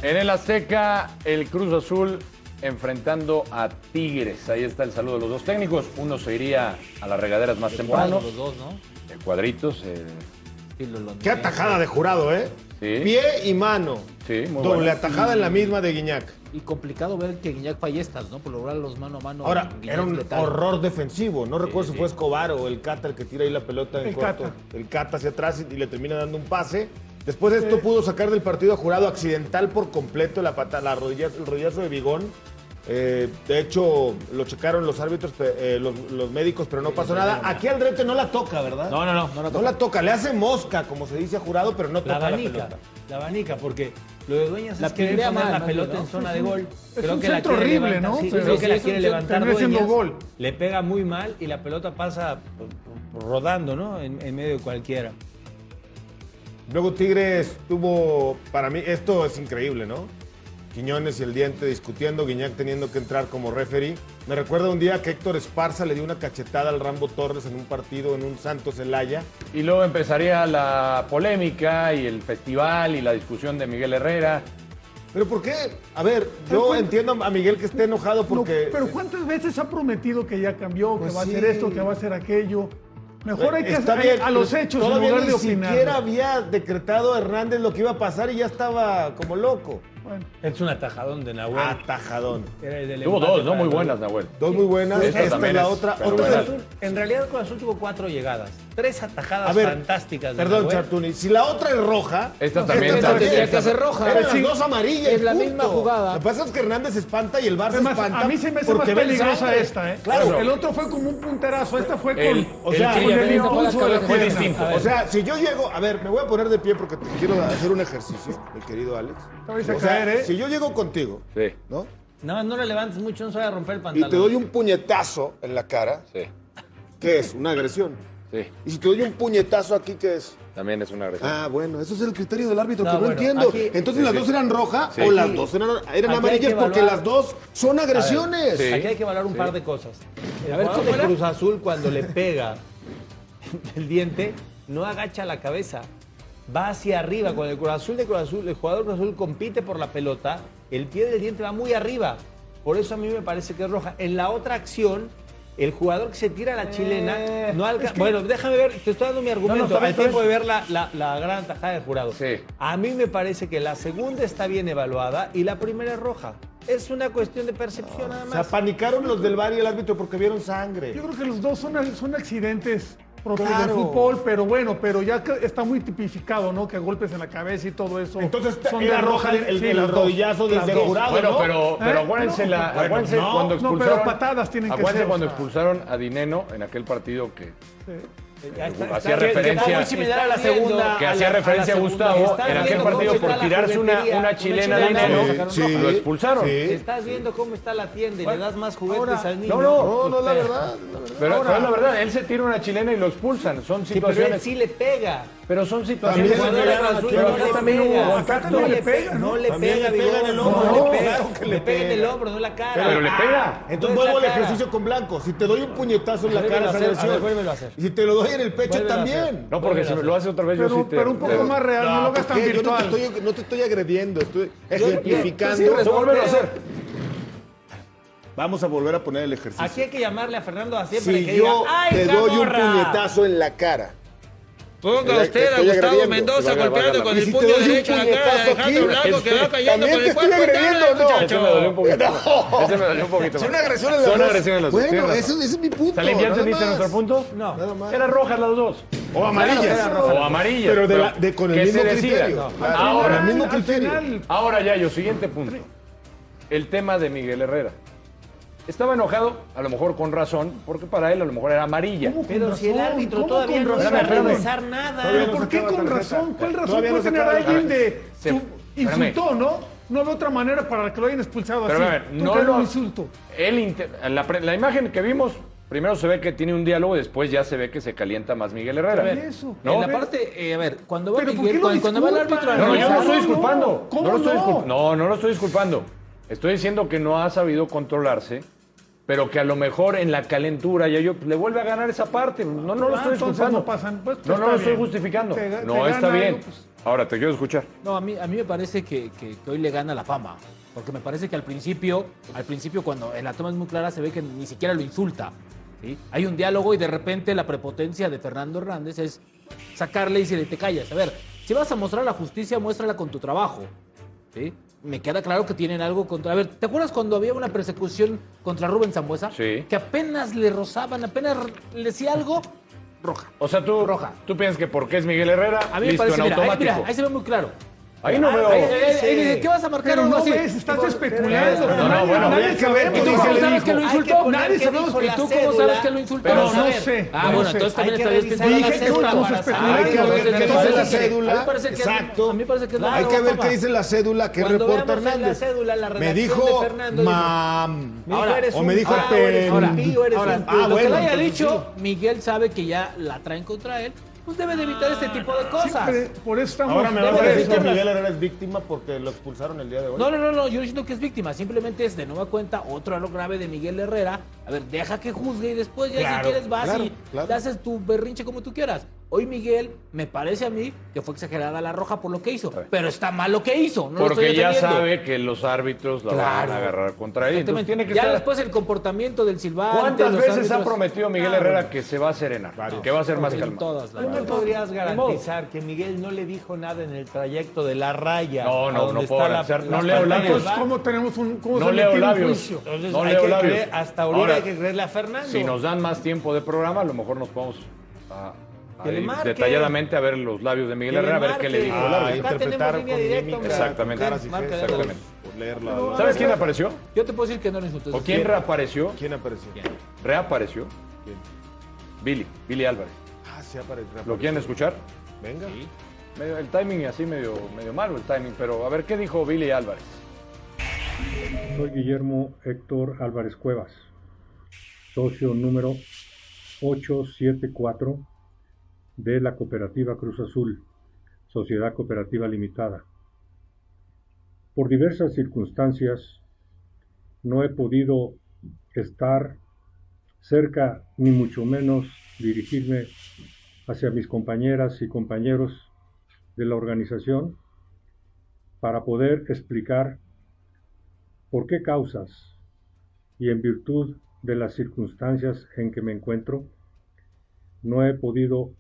Speaker 1: En el Azteca, el Cruz Azul enfrentando a Tigres. Ahí está el saludo de los dos técnicos. Uno se iría a las regaderas más temprano.
Speaker 3: Los dos, ¿no?
Speaker 1: El cuadritos, eh,
Speaker 2: Qué atajada de jurado, ¿eh? Pie y mano. Doble
Speaker 3: buena.
Speaker 2: atajada en la misma de Guiñac.
Speaker 3: Y complicado ver que Guiñac falla estas, ¿no? Por lograr los mano a mano.
Speaker 2: Ahora,
Speaker 3: Guiñac
Speaker 2: era un
Speaker 3: letal.
Speaker 2: horror defensivo. No recuerdo
Speaker 3: sí.
Speaker 2: si fue Escobar o el Cata el que tira ahí la pelota en
Speaker 3: El
Speaker 2: corto.
Speaker 3: Cata.
Speaker 2: El Cata hacia atrás y, y le termina dando un pase. Después de esto pudo sacar del partido a jurado accidental por completo la pata, la rodilla, el rodillazo de Bigón. Eh, de hecho, lo checaron los árbitros, pe- eh, los, los médicos, pero no pasó nada. Aquí al Aldrete no la toca, ¿verdad?
Speaker 4: No, no, no, no la toca.
Speaker 2: Le hace mosca, como se dice a jurado, pero no toca
Speaker 4: La
Speaker 2: la,
Speaker 4: abanica,
Speaker 2: pelota.
Speaker 4: la abanica, porque lo de Dueñas
Speaker 2: La
Speaker 4: es querer
Speaker 2: pintea
Speaker 4: poner
Speaker 2: mal,
Speaker 4: la
Speaker 2: más
Speaker 4: pelota
Speaker 2: bien,
Speaker 4: en
Speaker 2: ¿no?
Speaker 4: zona
Speaker 2: Es
Speaker 4: de
Speaker 2: un-
Speaker 4: gol.
Speaker 2: es
Speaker 4: creo
Speaker 2: un
Speaker 4: que la
Speaker 2: centro
Speaker 4: quiere
Speaker 2: horrible,
Speaker 4: levantar,
Speaker 2: ¿no?
Speaker 4: sí,
Speaker 2: Pero
Speaker 4: creo que
Speaker 2: sí,
Speaker 4: la
Speaker 2: es un
Speaker 4: quiere
Speaker 2: centro-
Speaker 4: levantar
Speaker 2: termina siendo
Speaker 4: Dueñas,
Speaker 2: gol.
Speaker 4: Le pega muy mal y la pelota pasa eh, rodando, ¿no? En, en medio de cualquiera.
Speaker 2: Luego Tigres tuvo, para mí, esto es increíble, ¿no? Quiñones y el diente discutiendo, Guiñac teniendo que entrar como referee. Me recuerda un día que Héctor Esparza le dio una cachetada al Rambo Torres en un partido en un Santos Elaya.
Speaker 1: Y luego empezaría la polémica y el festival y la discusión de Miguel Herrera.
Speaker 2: ¿Pero por qué? A ver, yo entiendo a Miguel que esté enojado porque...
Speaker 5: Pero ¿cuántas veces ha prometido que ya cambió,
Speaker 2: Pues
Speaker 5: que va
Speaker 2: sí.
Speaker 5: a hacer esto, que va a hacer aquello? Mejor hay que
Speaker 2: Está
Speaker 5: hacer
Speaker 2: bien,
Speaker 5: a los
Speaker 2: pero
Speaker 5: hechos en
Speaker 2: Todavía
Speaker 5: lugar
Speaker 2: ni
Speaker 5: de opinar.
Speaker 2: siquiera había decretado a Hernández lo que iba a pasar y ya estaba como loco.
Speaker 4: Es un atajadón de Nahuel.
Speaker 2: Atajadón.
Speaker 4: Era el del
Speaker 1: Tuvo
Speaker 4: empate
Speaker 1: dos, ¿no?
Speaker 4: para
Speaker 1: Muy
Speaker 4: Nahuel.
Speaker 1: buenas, Nahuel.
Speaker 2: Dos muy buenas,
Speaker 1: Esta
Speaker 2: esta, es
Speaker 1: también
Speaker 2: la
Speaker 1: es-
Speaker 2: otra.
Speaker 1: pero
Speaker 2: otra
Speaker 1: bueno.
Speaker 2: es-
Speaker 4: En realidad Cruz Azul tuvo cuatro llegadas, tres atajadas
Speaker 2: A ver,
Speaker 4: fantásticas. de
Speaker 2: Perdón,
Speaker 4: Nahuel.
Speaker 2: Chartuni. Si la otra es roja.
Speaker 1: Esta también tendría que ser roja.
Speaker 2: Eran
Speaker 1: Es
Speaker 2: las
Speaker 1: decir,
Speaker 2: dos amarillas.
Speaker 3: es la
Speaker 2: punto.
Speaker 3: misma jugada.
Speaker 2: Lo que pasa es que Hernández se espanta y el Barça
Speaker 5: Además,
Speaker 2: espanta.
Speaker 5: a mí se me hace más
Speaker 2: porque ven
Speaker 5: peligrosa
Speaker 2: sangre.
Speaker 5: esta, ¿eh?
Speaker 2: Claro.
Speaker 5: El otro fue como un punterazo, esta fue con,
Speaker 2: El-
Speaker 5: o
Speaker 2: el
Speaker 5: sea,
Speaker 2: que
Speaker 5: con
Speaker 2: ya
Speaker 5: el
Speaker 2: ven,
Speaker 5: impulso de la
Speaker 2: Fue
Speaker 5: pierna.
Speaker 2: distinto. O sea, si yo llego, a ver, me voy a poner de pie porque te quiero hacer un ejercicio, mi querido Alex.
Speaker 5: Te vais a
Speaker 2: O sea,
Speaker 5: caer, ¿eh?
Speaker 2: Si yo llego contigo,
Speaker 1: Sí.
Speaker 2: ¿no?
Speaker 4: No, no le levantes mucho, no se va a romper el
Speaker 2: Y
Speaker 4: pantalón.
Speaker 2: te doy un puñetazo en la cara,
Speaker 1: Sí,
Speaker 2: ¿qué es? Una agresión.
Speaker 1: sí.
Speaker 2: Y si te doy un puñetazo aquí, ¿qué es?
Speaker 1: También es una agresión.
Speaker 2: Ah, bueno, eso es el criterio del árbitro
Speaker 4: No,
Speaker 2: que no
Speaker 4: bueno,
Speaker 2: entiendo.
Speaker 4: aquí-
Speaker 2: Entonces las dos eran roja
Speaker 1: Sí.
Speaker 2: o las
Speaker 4: Aquí-
Speaker 2: dos eran, eran
Speaker 4: aquí hay
Speaker 2: amarillas
Speaker 4: que
Speaker 2: porque
Speaker 4: evaluar-
Speaker 2: las dos son agresiones.
Speaker 1: sí.
Speaker 4: Aquí hay que evaluar un par de cosas. El
Speaker 3: A ver,
Speaker 4: jugador de
Speaker 3: ¿cómo era?
Speaker 4: Cruz Azul cuando le pega el diente no agacha la cabeza, va hacia arriba. Cuando el Cruz Azul de Cruz Azul, el jugador de Cruz Azul compite por la pelota, el pie del diente va muy arriba. Por eso a mí me parece que es roja. En la otra acción, el jugador que se tira a la
Speaker 3: Eh,
Speaker 4: chilena no alcanza. Bueno, déjame ver, te estoy dando mi argumento.
Speaker 5: está bien,
Speaker 4: al
Speaker 5: está
Speaker 4: tiempo de ver la, la- la gran tajada del jurado.
Speaker 1: Sí.
Speaker 4: A mí me parece que la segunda está bien evaluada y la primera es roja. Es una cuestión de percepción nada
Speaker 2: O
Speaker 4: más.
Speaker 2: sea, panicaron los del bar y el árbitro porque vieron sangre.
Speaker 5: Yo creo que los dos son, son accidentes propios del
Speaker 2: Claro.
Speaker 5: fútbol, pero bueno, pero ya que está muy tipificado, ¿no? Que golpes en la cabeza y todo eso.
Speaker 2: Entonces
Speaker 5: son
Speaker 2: era
Speaker 5: de-
Speaker 2: roja el, el,
Speaker 5: sí,
Speaker 2: el
Speaker 5: las dos.
Speaker 2: rodillazo
Speaker 5: Las
Speaker 2: desde
Speaker 5: dos.
Speaker 2: jurado,
Speaker 1: Bueno,
Speaker 2: ¿no?
Speaker 1: pero, pero
Speaker 5: ¿Eh?
Speaker 1: acuérdense,
Speaker 5: No,
Speaker 1: la,
Speaker 5: bueno,
Speaker 1: acuérdense
Speaker 5: no.
Speaker 1: cuando
Speaker 5: No, pero
Speaker 1: expulsaron.
Speaker 5: patadas tienen que
Speaker 1: acuérdense
Speaker 5: ser, o
Speaker 1: cuando
Speaker 5: sea.
Speaker 1: expulsaron a Dineno en aquel partido que,
Speaker 4: Ya está-
Speaker 1: Eh, hacía
Speaker 4: está-
Speaker 1: referencia-
Speaker 4: está muy similar a la
Speaker 1: Está viendo
Speaker 4: segunda.
Speaker 1: que
Speaker 4: a
Speaker 1: hacía
Speaker 4: la- a la
Speaker 1: referencia a,
Speaker 4: segunda.
Speaker 1: Gustavo
Speaker 4: Estás
Speaker 1: en aquel
Speaker 4: viendo cómo
Speaker 1: partido
Speaker 4: está
Speaker 1: por
Speaker 4: la
Speaker 1: tirarse una,
Speaker 4: juguetería,
Speaker 1: una chilena
Speaker 4: una
Speaker 1: de
Speaker 4: chilena,
Speaker 1: Dineno.
Speaker 4: sacaron
Speaker 2: Sí,
Speaker 4: roja.
Speaker 2: sí.
Speaker 1: Lo expulsaron.
Speaker 2: Sí.
Speaker 4: Estás viendo cómo está la tienda y le das más juguetes
Speaker 5: ahora-
Speaker 4: al niño.
Speaker 1: No, no.
Speaker 2: No, no, la verdad. la verdad.
Speaker 1: Pero, pero es la verdad, él se tira una chilena y lo expulsan. Son
Speaker 4: Sí, pero él
Speaker 1: situaciones.
Speaker 4: sí le pega.
Speaker 1: Pero son situaciones.
Speaker 4: El jugador
Speaker 2: También le
Speaker 4: de
Speaker 2: pegan
Speaker 4: Cruz
Speaker 2: aquí,
Speaker 4: Azul
Speaker 2: pero
Speaker 4: no
Speaker 2: acá
Speaker 4: le
Speaker 2: también
Speaker 4: pega.
Speaker 5: hubo, acá también le pega, ¿no?
Speaker 4: No le
Speaker 2: También
Speaker 4: pega,
Speaker 2: le pega en el
Speaker 4: Vigor,
Speaker 2: hombro,
Speaker 4: No
Speaker 2: ¿no?
Speaker 4: le pega.
Speaker 2: Claro que
Speaker 4: Le pega
Speaker 2: le
Speaker 4: en
Speaker 2: pega.
Speaker 4: el hombro, no la cara. Ah,
Speaker 1: Pero le pega.
Speaker 2: Entonces
Speaker 4: No es
Speaker 2: vuelvo al
Speaker 4: la cara.
Speaker 2: ejercicio con blanco. Si te doy un puñetazo en la
Speaker 4: Vuélvelo
Speaker 2: cara,
Speaker 4: a
Speaker 2: es
Speaker 4: hacer, a ver,
Speaker 2: agresión.
Speaker 4: vuélvelo a hacer.
Speaker 2: Y si te lo doy en el pecho
Speaker 4: Vuélvelo a hacer.
Speaker 2: también.
Speaker 1: No, porque si me lo hace otra vez, yo
Speaker 5: Pero,
Speaker 1: sí te.
Speaker 5: pero un poco
Speaker 1: te-
Speaker 5: más real, no, lo hagas tan
Speaker 2: ¿Por qué? Yo no te,
Speaker 5: virtual.
Speaker 2: estoy, no te estoy agrediendo, estoy
Speaker 4: yo-
Speaker 2: ejemplificando.
Speaker 4: yo sí
Speaker 2: Se vuelve
Speaker 4: respondeo.
Speaker 2: a hacer. Vamos a volver a poner el ejercicio.
Speaker 4: Aquí hay que llamarle a Fernando a siempre
Speaker 2: si
Speaker 4: que
Speaker 2: yo
Speaker 4: diga, ¡ay,
Speaker 2: te doy un
Speaker 4: Zamorra!
Speaker 2: puñetazo en la cara.
Speaker 6: Ponga
Speaker 2: Te-
Speaker 6: usted a
Speaker 2: estoy
Speaker 6: Gustavo
Speaker 2: agrediendo.
Speaker 6: Mendoza
Speaker 1: Te va a
Speaker 6: golpeando
Speaker 1: agarrar
Speaker 6: con
Speaker 2: la-
Speaker 6: el
Speaker 2: Y si
Speaker 6: puño
Speaker 2: te doy un
Speaker 6: derecho en la cara de
Speaker 2: puñetazo
Speaker 6: Alejandro
Speaker 2: aquí,
Speaker 6: Blanco
Speaker 4: este,
Speaker 6: que va cayendo
Speaker 2: también te
Speaker 6: con el
Speaker 2: estoy
Speaker 6: cuerpo.
Speaker 2: agrediendo,
Speaker 6: ¡Dale,
Speaker 2: ¿no?
Speaker 1: Ese Este me dolió
Speaker 6: muchacho!
Speaker 1: un poquito. Ese me dolió un poquito.
Speaker 2: Son
Speaker 1: más.
Speaker 2: agresiones las
Speaker 1: Son
Speaker 2: dos.
Speaker 1: agresiones las dos,
Speaker 2: Bueno,
Speaker 1: tienes
Speaker 2: ese,
Speaker 1: razón.
Speaker 2: ese es mi punto.
Speaker 1: ¿Salían ya
Speaker 2: nada
Speaker 1: entendiste
Speaker 2: más.
Speaker 1: nuestro punto?
Speaker 4: No.
Speaker 2: Nada más.
Speaker 1: Eran rojas las dos.
Speaker 2: O amarillas.
Speaker 1: O amarillas.
Speaker 2: Pero de,
Speaker 1: pero
Speaker 2: la- de- con el
Speaker 1: que
Speaker 2: mismo
Speaker 1: se decida.
Speaker 2: criterio.
Speaker 1: No.
Speaker 2: Claro,
Speaker 1: Ahora,
Speaker 2: con el mismo
Speaker 5: Al
Speaker 2: criterio.
Speaker 5: final,
Speaker 1: Ahora ya, yo, siguiente punto. El tema de Miguel Herrera. Estaba enojado, a lo mejor con razón, porque para él a lo mejor era amarilla.
Speaker 5: ¿cómo con
Speaker 4: Pero si el
Speaker 5: razón?
Speaker 4: árbitro
Speaker 5: ¿Cómo
Speaker 4: todavía
Speaker 5: con
Speaker 4: no
Speaker 5: razón?
Speaker 4: iba a
Speaker 1: Espérame,
Speaker 4: revisar nada.
Speaker 2: Todavía
Speaker 5: Pero
Speaker 2: no
Speaker 5: ¿por qué
Speaker 2: sacaba
Speaker 5: con
Speaker 2: tarjeta.
Speaker 5: razón? ¿Cuál razón
Speaker 2: Todavía no
Speaker 5: puede tener
Speaker 2: sacaba
Speaker 5: alguien
Speaker 1: tarjeta.
Speaker 5: de
Speaker 1: Se-
Speaker 5: tú-
Speaker 1: espérame.
Speaker 5: insultó, no? No había otra manera para que lo hayan expulsado
Speaker 1: Pero a
Speaker 5: así.
Speaker 1: ver,
Speaker 5: Tú
Speaker 1: no
Speaker 5: traes
Speaker 1: lo.
Speaker 5: un insulto.
Speaker 1: él inter- la, pre- la imagen que vimos, primero se ve que tiene un diálogo y después ya se ve que se calienta más Miguel Herrera.
Speaker 5: Por eso.
Speaker 1: ¿No?
Speaker 3: En la parte, eh, a ver, cuando va
Speaker 5: Pero ¿por
Speaker 3: Miguel,
Speaker 5: qué lo
Speaker 3: cuando, cuando va el árbitro a
Speaker 5: disculpan?
Speaker 1: No, no, yo no
Speaker 3: revisar-
Speaker 5: ¿Cómo no?
Speaker 1: estoy disculpando.
Speaker 5: ¿Cómo
Speaker 1: no, lo estoy
Speaker 5: no?
Speaker 1: disculp- no, no lo estoy disculpando. Estoy diciendo que no ha sabido controlarse, pero que a lo mejor en la calentura ya yo pues, le vuelve a ganar esa parte. No, no lo
Speaker 5: Ah,
Speaker 1: estoy
Speaker 5: entonces
Speaker 1: disculpando.
Speaker 5: no pasan. Pues, pues,
Speaker 1: no, no
Speaker 5: está
Speaker 1: lo estoy
Speaker 5: bien.
Speaker 1: justificando.
Speaker 5: Te ga-
Speaker 1: no
Speaker 5: te
Speaker 1: está
Speaker 5: gana
Speaker 1: bien.
Speaker 5: algo, pues.
Speaker 1: Ahora te quiero escuchar.
Speaker 3: No, a mí, a mí me parece que, que- que hoy le gana la fama. Porque me parece que al principio, al principio cuando en la toma es muy clara, se ve que ni siquiera lo insulta. ¿sí? Hay un diálogo y de repente la prepotencia de Fernando Hernández es sacarle y decirle, te callas. A ver, si vas a mostrar la justicia, muéstrala con tu trabajo. ¿sí? Me queda claro que tienen algo contra... A ver, ¿te acuerdas cuando había una persecución contra Rubén Zambuesa?
Speaker 1: Sí.
Speaker 3: Que apenas le rozaban, apenas le decía algo, roja.
Speaker 1: O sea, tú, tú piensas que porque es Miguel Herrera,
Speaker 3: A mí me
Speaker 1: listo
Speaker 3: parece,
Speaker 1: en
Speaker 3: mira, ahí,
Speaker 1: automático.
Speaker 3: mira, ahí se ve muy claro.
Speaker 1: Ahí no veo.
Speaker 3: Ahí, ahí- ahí dice, ¿Qué vas a marcar?
Speaker 5: Pero
Speaker 3: Algo
Speaker 5: no
Speaker 3: así.
Speaker 5: ves, estás
Speaker 3: Tipo,
Speaker 5: especulando.
Speaker 1: No, no,
Speaker 5: Nadie-
Speaker 1: bueno,
Speaker 5: nadie
Speaker 1: bien
Speaker 5: sabemos.
Speaker 3: ¿Y tú
Speaker 5: dice
Speaker 3: cómo
Speaker 5: el
Speaker 3: sabes
Speaker 5: mismo.
Speaker 3: que lo insultó?
Speaker 5: Nadie sabemos.
Speaker 3: ¿Y tú cómo sabes que lo insultó?
Speaker 5: Pero
Speaker 3: Vamos a
Speaker 5: no
Speaker 3: ver.
Speaker 5: sé,
Speaker 3: Ah,
Speaker 5: no
Speaker 3: bueno,
Speaker 5: sé.
Speaker 3: entonces también
Speaker 5: Hay
Speaker 3: está
Speaker 5: que
Speaker 3: bien
Speaker 5: revisar Dije la que cédula vamos para a saber. especular.
Speaker 3: Hay que ver
Speaker 2: Entonces,
Speaker 3: qué
Speaker 2: entonces,
Speaker 3: dice
Speaker 2: la cédula-
Speaker 3: A mí me parece que es-
Speaker 2: Exacto.
Speaker 3: A mí me parece que es la
Speaker 2: Hay que ver
Speaker 3: Obama.
Speaker 2: qué dice la cédula que
Speaker 3: Cuando
Speaker 2: reporta
Speaker 3: veamos en la
Speaker 2: Hernández.
Speaker 3: cédula la
Speaker 2: me
Speaker 3: redacción
Speaker 2: dijo
Speaker 3: de Fernando, dijo,
Speaker 2: mam.
Speaker 3: Me dijo, eres
Speaker 2: o
Speaker 3: un
Speaker 2: me dijo
Speaker 3: vago,
Speaker 2: este.
Speaker 3: eres un impío, eres
Speaker 2: ahora,
Speaker 3: un-
Speaker 2: ah,
Speaker 3: lo que
Speaker 2: bueno,
Speaker 3: le haya
Speaker 2: entonces
Speaker 3: dicho, Miguel sabe que ya la traen contra él, pues debe de evitar este tipo de cosas.
Speaker 5: Siempre, por eso estamos.
Speaker 2: Ahora me va a
Speaker 3: Debe de
Speaker 2: decir que
Speaker 3: decirlas.
Speaker 2: Miguel Herrera es víctima porque lo expulsaron el día de hoy.
Speaker 3: No, no, no, no, yo no diciendo que es víctima, simplemente es de nueva cuenta otro lo grave de Miguel Herrera. A ver, deja que juzgue y después ya
Speaker 2: Claro,
Speaker 3: si quieres vas
Speaker 2: claro,
Speaker 3: y
Speaker 2: claro.
Speaker 3: te haces tu berrinche como tú quieras. Hoy Miguel, me parece a mí que fue exagerada la roja por lo que hizo, pero está mal lo que hizo. No lo
Speaker 1: Porque
Speaker 3: estoy
Speaker 1: ya
Speaker 3: defendiendo.
Speaker 1: sabe que los árbitros la van
Speaker 3: Claro.
Speaker 1: a agarrar contra él. Entonces
Speaker 3: Exactamente.
Speaker 1: tiene que
Speaker 3: ya
Speaker 1: estar-
Speaker 3: después el comportamiento del silbante.
Speaker 1: ¿Cuántas
Speaker 3: los
Speaker 1: veces ha
Speaker 3: árbitros-
Speaker 1: prometido Miguel
Speaker 3: Ah,
Speaker 1: Herrera
Speaker 3: bueno,
Speaker 1: que se va a serenar? Que va a ser más
Speaker 3: en
Speaker 1: calmado.
Speaker 3: todas, la
Speaker 4: ¿Tú me
Speaker 3: verdad.
Speaker 4: podrías garantizar que Miguel no le dijo nada en el trayecto de la raya?
Speaker 1: No, no,
Speaker 4: a donde
Speaker 1: no puedo
Speaker 4: está la-
Speaker 1: garantizar, no
Speaker 4: las
Speaker 1: leo
Speaker 4: pantallas?
Speaker 1: labios.
Speaker 5: Entonces, ¿cómo tenemos un, cómo
Speaker 1: No
Speaker 5: se
Speaker 1: leo
Speaker 5: emite un
Speaker 1: labios.
Speaker 5: juicio?
Speaker 4: Entonces,
Speaker 1: No
Speaker 4: hay
Speaker 1: leo
Speaker 4: que
Speaker 1: labios.
Speaker 4: creer- hasta ahorita
Speaker 1: Ahora,
Speaker 4: hay que creerle a Fernando.
Speaker 1: Si nos dan más tiempo de programa, a lo mejor nos vamos a, a
Speaker 4: Que le
Speaker 1: ir
Speaker 4: marque.
Speaker 1: detalladamente a ver los labios de Miguel
Speaker 4: Que le
Speaker 1: Herrera, a ver qué le
Speaker 4: marque.
Speaker 1: dijo.
Speaker 4: Ah,
Speaker 1: el árbitro.
Speaker 4: Acá tenemos línea directa, hombre.
Speaker 1: Exactamente.
Speaker 4: Marca de
Speaker 1: Exactamente.
Speaker 2: Leerlo.
Speaker 1: ¿Sabes quién apareció?
Speaker 3: Yo te puedo decir que no lo insultes.
Speaker 1: ¿O quién reapareció?
Speaker 2: ¿Quién apareció?
Speaker 1: Reapareció. Billy, Billy Álvarez.
Speaker 2: Ah, sí apareció.
Speaker 1: ¿Lo quieren escuchar?
Speaker 2: Venga.
Speaker 1: Medio- el timing así medio, medio malo el timing, pero a ver qué dijo Billy Álvarez.
Speaker 6: Soy Guillermo Héctor Álvarez Cuevas, socio número 874 de la Cooperativa Cruz Azul, Sociedad Cooperativa Limitada. Por diversas circunstancias no he podido estar cerca ni mucho menos dirigirme hacia mis compañeras y compañeros de la organización para poder explicar ¿Por qué causas y en virtud de las circunstancias en que me encuentro, no he podido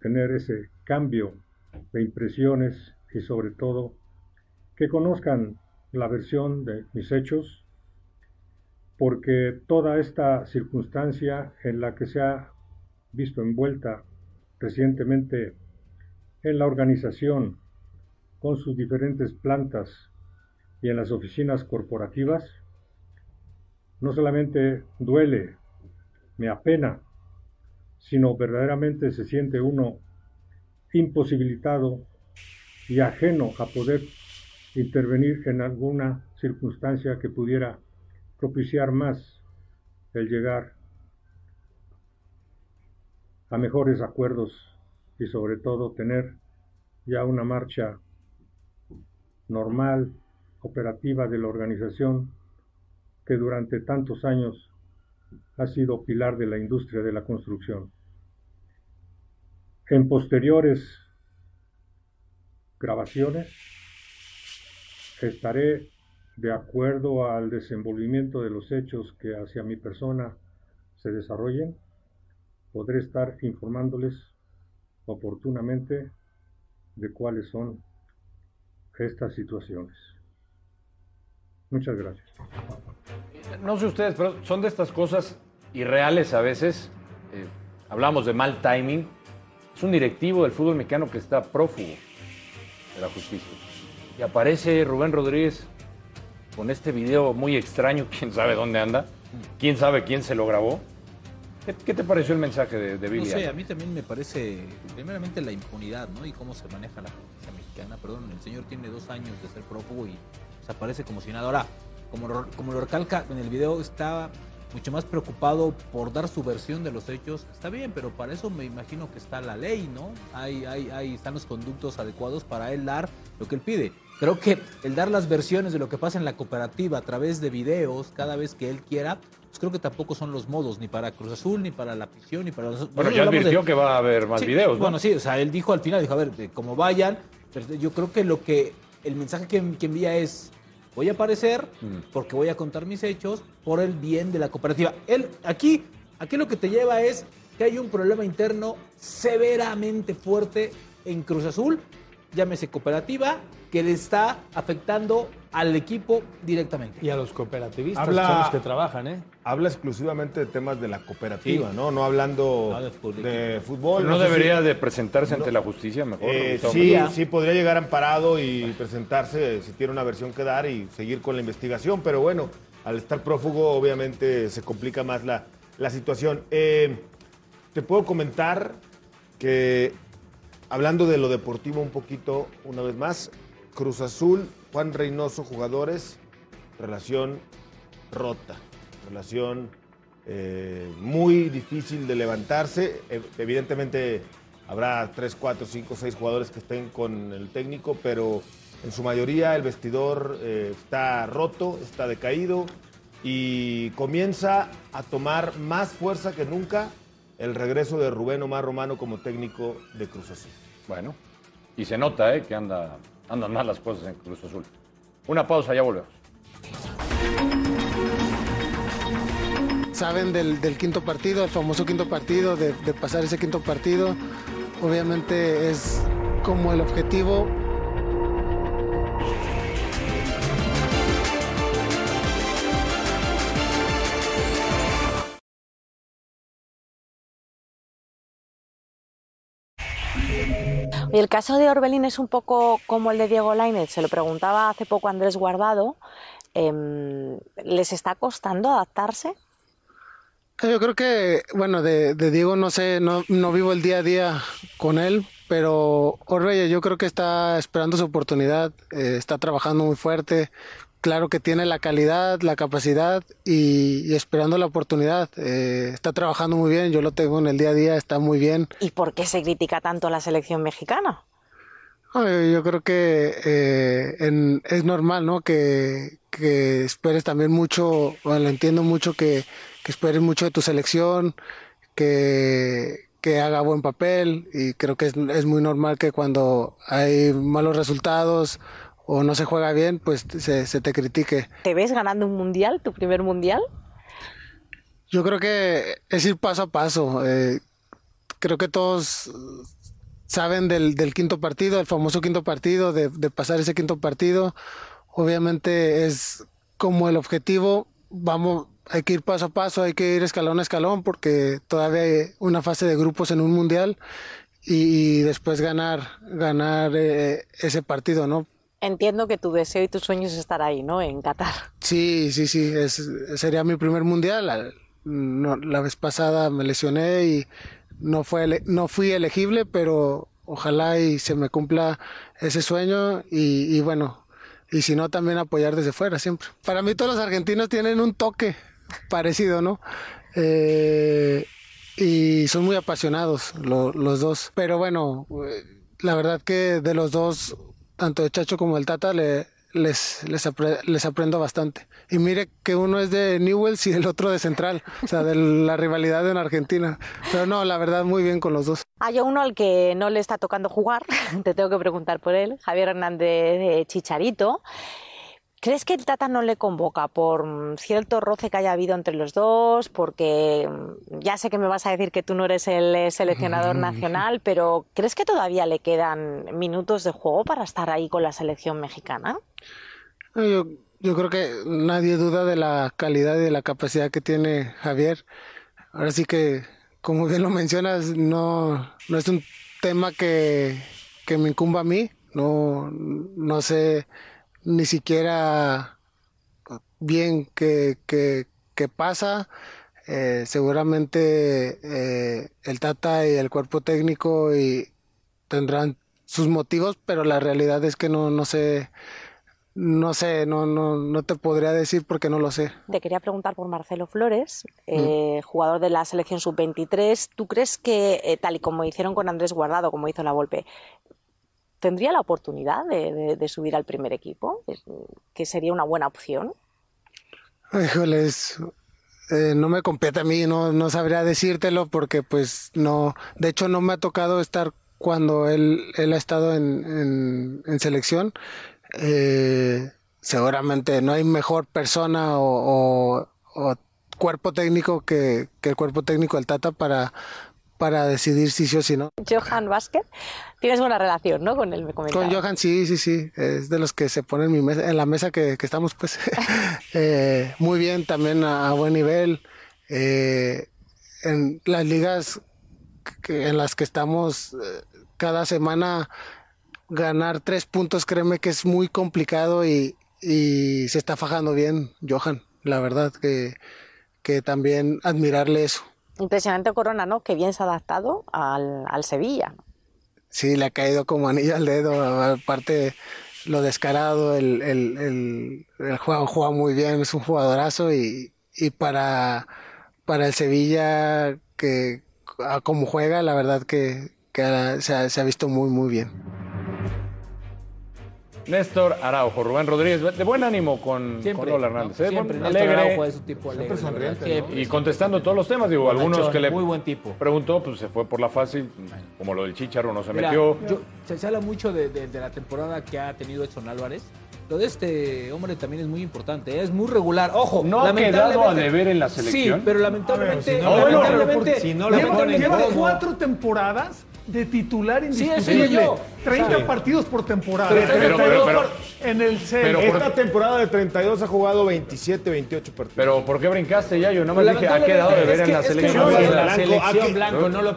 Speaker 6: tener ese cambio de impresiones y sobre todo que conozcan la versión de mis hechos? Porque toda esta circunstancia en la que se ha visto envuelta recientemente en la organización con sus diferentes plantas y en las oficinas corporativas, no solamente duele, me apena, sino verdaderamente se siente uno imposibilitado y ajeno a poder intervenir en alguna circunstancia que pudiera propiciar más el llegar a mejores acuerdos y sobre todo tener ya una marcha normal, operativa de la organización que durante tantos años ha sido pilar de la industria de la construcción. En posteriores grabaciones estaré de acuerdo al desenvolvimiento de los hechos que hacia mi persona se desarrollen, podré estar informándoles oportunamente de cuáles son estas situaciones. Muchas gracias.
Speaker 1: No sé ustedes, pero son de estas cosas irreales a veces. Eh, hablamos de mal timing. Es un directivo del fútbol mexicano que está prófugo de la justicia. Y aparece Rubén Rodríguez con este video muy extraño, quién sabe dónde anda, quién sabe quién se lo grabó. ¿Qué, qué te pareció el mensaje de, de
Speaker 3: No
Speaker 1: Billy?
Speaker 3: sé, a mí también me parece, primeramente, la impunidad, ¿no? Y cómo se maneja la justicia mexicana. Perdón, el señor tiene dos años de ser prófugo y se aparece como si nada. Ahora, como lo, como lo recalca en el video, estaba mucho más preocupado por dar su versión de los hechos. Está bien, pero para eso me imagino que está la ley, ¿no? Hay, hay, hay, están los conductos adecuados para él dar lo que él pide. Creo que el dar las versiones de lo que pasa en la cooperativa a través de videos cada vez que él quiera, pues creo que tampoco son los modos, ni para Cruz Azul, ni para la afición, ni para... los-
Speaker 1: Bueno,
Speaker 3: nosotros
Speaker 1: ya
Speaker 3: hablamos de-
Speaker 1: advirtió que va a haber más
Speaker 3: Sí,
Speaker 1: videos, ¿no?
Speaker 3: Bueno, sí, o sea, él dijo al final, dijo, a ver, de como vayan, pero yo creo que lo que, el mensaje que, que envía es, voy a aparecer
Speaker 1: Mm.
Speaker 3: porque voy a contar mis hechos por el bien de la cooperativa. Él, aquí, aquí lo que te lleva es que hay un problema interno severamente fuerte en Cruz Azul, llámese cooperativa, que le está afectando al equipo directamente.
Speaker 4: Y a los cooperativistas
Speaker 2: Habla-
Speaker 4: que son los que trabajan, ¿eh?
Speaker 2: Habla exclusivamente de temas de la cooperativa,
Speaker 4: Sí.
Speaker 2: ¿no? No hablando
Speaker 4: No, de
Speaker 2: de,
Speaker 4: fútbol.
Speaker 2: fútbol.
Speaker 1: no
Speaker 2: sé si-
Speaker 1: debería de presentarse ante
Speaker 2: No.
Speaker 1: la justicia mejor.
Speaker 2: Eh,
Speaker 1: Gustavo
Speaker 2: sí,
Speaker 1: Mendoza?
Speaker 2: sí, podría llegar amparado y presentarse si tiene una versión que dar y seguir con la investigación, pero bueno, al estar prófugo obviamente se complica más la, la situación. Eh, te puedo comentar que, hablando de lo deportivo un poquito, una vez más, Cruz Azul, Juan Reynoso, jugadores, relación rota, relación eh, muy difícil de levantarse. E- Evidentemente habrá 3, 4, 5, 6 jugadores que estén con el técnico, pero en su mayoría el vestidor eh, está roto, está decaído y comienza a tomar más fuerza que nunca el regreso de Rubén Omar Romano como técnico de Cruz Azul.
Speaker 1: Bueno, y se nota eh, que anda, andan mal las cosas en Cruz Azul. Una pausa, ya volvemos.
Speaker 7: saben del, del quinto partido, el famoso quinto partido, de, de pasar ese quinto partido. Obviamente es como el objetivo.
Speaker 12: Y el caso de Orbelín es un poco como el de Diego Lainez, se lo preguntaba hace poco a Andrés Guardado. em, ¿Les está costando adaptarse?
Speaker 7: Yo creo que, bueno, de, de Diego no sé, no, no vivo el día a día con él, pero Orbe yo creo que está esperando su oportunidad, eh, está trabajando muy fuerte, claro que tiene la calidad, la capacidad y, y esperando la oportunidad. eh, está trabajando muy bien, yo lo tengo en el día a día, está muy bien.
Speaker 12: ¿Y por qué se critica tanto a la selección mexicana?
Speaker 7: Ay, Yo creo que eh, en- es normal, ¿no? Que, que esperes también mucho, bueno, lo entiendo mucho, que, que esperes mucho de tu selección, que, que haga buen papel y creo que es, es muy normal que cuando hay malos resultados o no se juega bien, pues se, se te critique.
Speaker 12: ¿Te ves ganando un mundial, tu primer mundial?
Speaker 7: Yo creo que es ir paso a paso. eh, creo que todos eh, saben del, del quinto partido, el famoso quinto partido, de, de pasar ese quinto partido. Obviamente es como el objetivo. Vamos, hay que ir paso a paso, hay que ir escalón a escalón, porque todavía hay una fase de grupos en un mundial y, y después ganar, ganar eh, ese partido, ¿no?
Speaker 12: Entiendo que tu deseo y tus sueños es estar ahí, ¿no? En Qatar.
Speaker 7: Sí, sí, sí, es, sería mi primer mundial. Al- no, la vez pasada me lesioné y no, fue ele- no fui elegible, pero ojalá y se me cumpla ese sueño y, y bueno, y si no también apoyar desde fuera siempre. Para mí todos los argentinos tienen un toque parecido, ¿no? Eh, y son muy apasionados lo- los dos. Pero bueno, eh, la verdad que de los dos, tanto de Chacho como el Tata, le- les, les, apre- les aprendo bastante. Y mire que uno es de Newells y el otro de Central, o sea, de la rivalidad en Argentina. Pero no, la verdad, muy bien con los dos.
Speaker 12: Hay uno al que no le está tocando jugar, te tengo que preguntar por él, Javier Hernández eh, Chicharito. ¿Crees que el Tata no le convoca por mm, cierto roce que haya habido entre los dos? Porque mm, ya sé que me vas a decir que tú no eres el eh, seleccionador nacional, pero ¿crees que todavía le quedan minutos de juego para estar ahí con la selección mexicana?
Speaker 7: Yo, yo creo que nadie duda de la calidad y de la capacidad que tiene Javier. Ahora sí que, como bien lo mencionas, no, no es un tema que, que me incumba a mí. No, no sé ni siquiera bien qué, qué- qué pasa. Eh, seguramente eh, el Tata y el cuerpo técnico y tendrán sus motivos, pero la realidad es que no, no sé. No sé, no, no, no te podría decir porque no lo sé.
Speaker 12: Te quería preguntar por Marcelo Flores, eh, jugador de la selección sub-23. ¿Tú crees que, eh, tal y como hicieron con Andrés Guardado, como hizo la Volpe, tendría la oportunidad de, de- de subir al primer equipo? Es- ¿Que sería una buena opción?
Speaker 7: Híjoles, eh, no me compete a mí, no, no sabría decírtelo porque pues no, de hecho no me ha tocado estar cuando él, él ha estado en, en- en selección. Eh, seguramente no hay mejor persona o, o- o cuerpo técnico que, que el cuerpo técnico del Tata para, para decidir si sí o si no.
Speaker 12: Johan Vázquez, tienes buena relación, ¿no? Con él me
Speaker 7: Con Johan, sí, sí, sí. Es de los que se ponen en, mi mesa, en la mesa que, que estamos, pues. eh, muy bien, también a, a buen nivel. Eh, en las ligas que- en las que estamos eh, cada semana, ganar tres puntos, créeme que es muy complicado y, y se está fajando bien, Johan. La verdad que, que también admirarle eso.
Speaker 12: Impresionante Corona, ¿no? Que bien se ha adaptado al, al Sevilla.
Speaker 7: Sí, le ha caído como anillo al dedo. Aparte, lo descarado, el, el, el, el juego juega muy bien, es un jugadorazo. Y, y para, para el Sevilla, que a como juega, la verdad que, que se, ha, se ha visto muy, muy bien.
Speaker 1: Néstor Araujo, Rubén Rodríguez, de buen ánimo con,
Speaker 3: Siempre,
Speaker 1: con Lola Hernández. ¿eh?
Speaker 3: ¿no? Siempre,
Speaker 1: Buen-
Speaker 3: Néstor Araujo es un tipo alegre,
Speaker 1: Siempre
Speaker 3: la verdad,
Speaker 1: sonriente, ¿no?
Speaker 3: siempre.
Speaker 1: Y contestando todos los temas, digo,
Speaker 3: Bonachón,
Speaker 1: algunos que le
Speaker 3: muy buen tipo.
Speaker 1: preguntó, pues se fue por la fácil, como lo del Chicharo no se
Speaker 3: Mira,
Speaker 1: metió.
Speaker 3: yo- se, se habla mucho de, de- de la temporada que ha tenido Edson Álvarez. Lo de este hombre también es muy importante, ¿eh? es muy regular. Ojo,
Speaker 1: ¿No ha
Speaker 3: lamentablemente-
Speaker 1: quedado a deber en la selección?
Speaker 3: Sí, pero lamentablemente.
Speaker 1: A ver, si no lo ponen,
Speaker 3: lamentablemente-
Speaker 1: si
Speaker 5: No, lleva lleva cuatro temporadas de titular
Speaker 3: Sí,
Speaker 5: indiscutible.
Speaker 3: eso digo yo.
Speaker 5: 30
Speaker 3: Sí.
Speaker 5: partidos por temporada.
Speaker 2: Pero- pero- pero- pero-
Speaker 5: en el C.
Speaker 2: Esta temporada de 32 ha jugado 27, 28 partidos.
Speaker 1: Pero ¿por qué brincaste ya? Yo no me
Speaker 4: Pues
Speaker 1: dije, ha quedado de ver en la selección. ¿O no?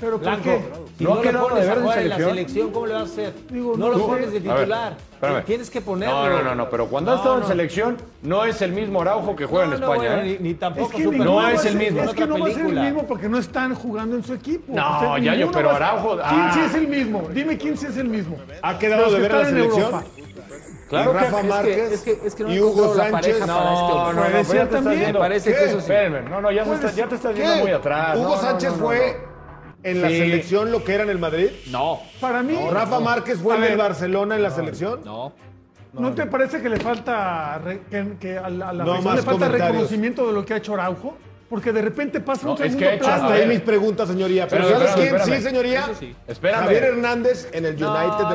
Speaker 3: Pero
Speaker 1: Blanco.
Speaker 3: Si
Speaker 1: ¿No
Speaker 3: no,
Speaker 1: ha
Speaker 3: lo
Speaker 1: quedado de
Speaker 3: pones a
Speaker 1: ver en
Speaker 3: jugar en la
Speaker 1: selección?
Speaker 3: selección, ¿cómo le vas a hacer?
Speaker 5: no
Speaker 3: no
Speaker 5: sé.
Speaker 3: lo pones de
Speaker 1: A ver,
Speaker 3: titular.
Speaker 1: espérame.
Speaker 3: Tienes que ponerlo.
Speaker 1: No, no, no, no, pero cuando ha
Speaker 3: No,
Speaker 1: estado en
Speaker 3: no.
Speaker 1: selección, no es el mismo Araujo que juega
Speaker 3: No,
Speaker 1: en
Speaker 3: no,
Speaker 1: España.
Speaker 3: bueno,
Speaker 1: ¿eh?
Speaker 3: ni- ni tampoco
Speaker 5: Es que ninguno
Speaker 1: no
Speaker 5: va a
Speaker 1: es
Speaker 5: ser-
Speaker 1: el mismo.
Speaker 5: Es que no va a ser el
Speaker 1: película.
Speaker 5: mismo porque no están jugando en su equipo.
Speaker 1: No, ya yo,
Speaker 5: ninguno
Speaker 1: pero
Speaker 5: va a ser-
Speaker 1: Araujo,
Speaker 5: ¿Quién
Speaker 1: ah.
Speaker 5: sí es el mismo? Dime quién sí es el mismo.
Speaker 2: ¿Ha quedado
Speaker 5: Los
Speaker 2: de
Speaker 5: que
Speaker 2: ver a la
Speaker 5: están en
Speaker 2: selección?
Speaker 5: Europa.
Speaker 2: Claro que-
Speaker 3: es que-
Speaker 2: Márquez
Speaker 3: es que, es que no
Speaker 2: y
Speaker 3: he
Speaker 2: Hugo
Speaker 3: encontrado la
Speaker 2: Sánchez.
Speaker 3: pareja para este
Speaker 2: No,
Speaker 3: hombre.
Speaker 2: no, no,
Speaker 3: Me
Speaker 2: pero ya te estás
Speaker 3: parece-
Speaker 2: yendo.
Speaker 3: Me parece
Speaker 2: ¿Qué?
Speaker 3: que eso sí.
Speaker 2: Espérame,
Speaker 1: no, no, ya, se
Speaker 2: Puedes-
Speaker 1: está, ya te estás
Speaker 2: ¿Qué?
Speaker 1: yendo muy atrás.
Speaker 2: Hugo
Speaker 1: No, no,
Speaker 2: Sánchez
Speaker 1: no, no,
Speaker 2: fue en la
Speaker 1: Sí.
Speaker 2: selección lo que era en el Madrid.
Speaker 3: No.
Speaker 5: Para mí.
Speaker 2: No, Rafa Márquez fue
Speaker 5: A
Speaker 2: en
Speaker 5: ver,
Speaker 2: el Barcelona en la selección.
Speaker 3: No.
Speaker 5: ¿No te parece que le falta re- que, que a la, a la
Speaker 2: No
Speaker 5: afición
Speaker 2: más
Speaker 5: le falta
Speaker 2: comentarios.
Speaker 5: reconocimiento de lo que ha hecho Araujo? Porque de repente pasa
Speaker 1: No,
Speaker 5: un
Speaker 1: es que
Speaker 5: segundo
Speaker 1: ha hecho-
Speaker 5: plano.
Speaker 2: Hasta
Speaker 1: A
Speaker 2: ahí
Speaker 1: ver.
Speaker 2: mis preguntas, señoría. Pero
Speaker 1: Espérame,
Speaker 2: ¿sabes
Speaker 1: espérame,
Speaker 2: quién? Sí,
Speaker 1: espérame.
Speaker 2: señoría.
Speaker 1: Eso sí. Espérame.
Speaker 2: Javier Hernández en el United,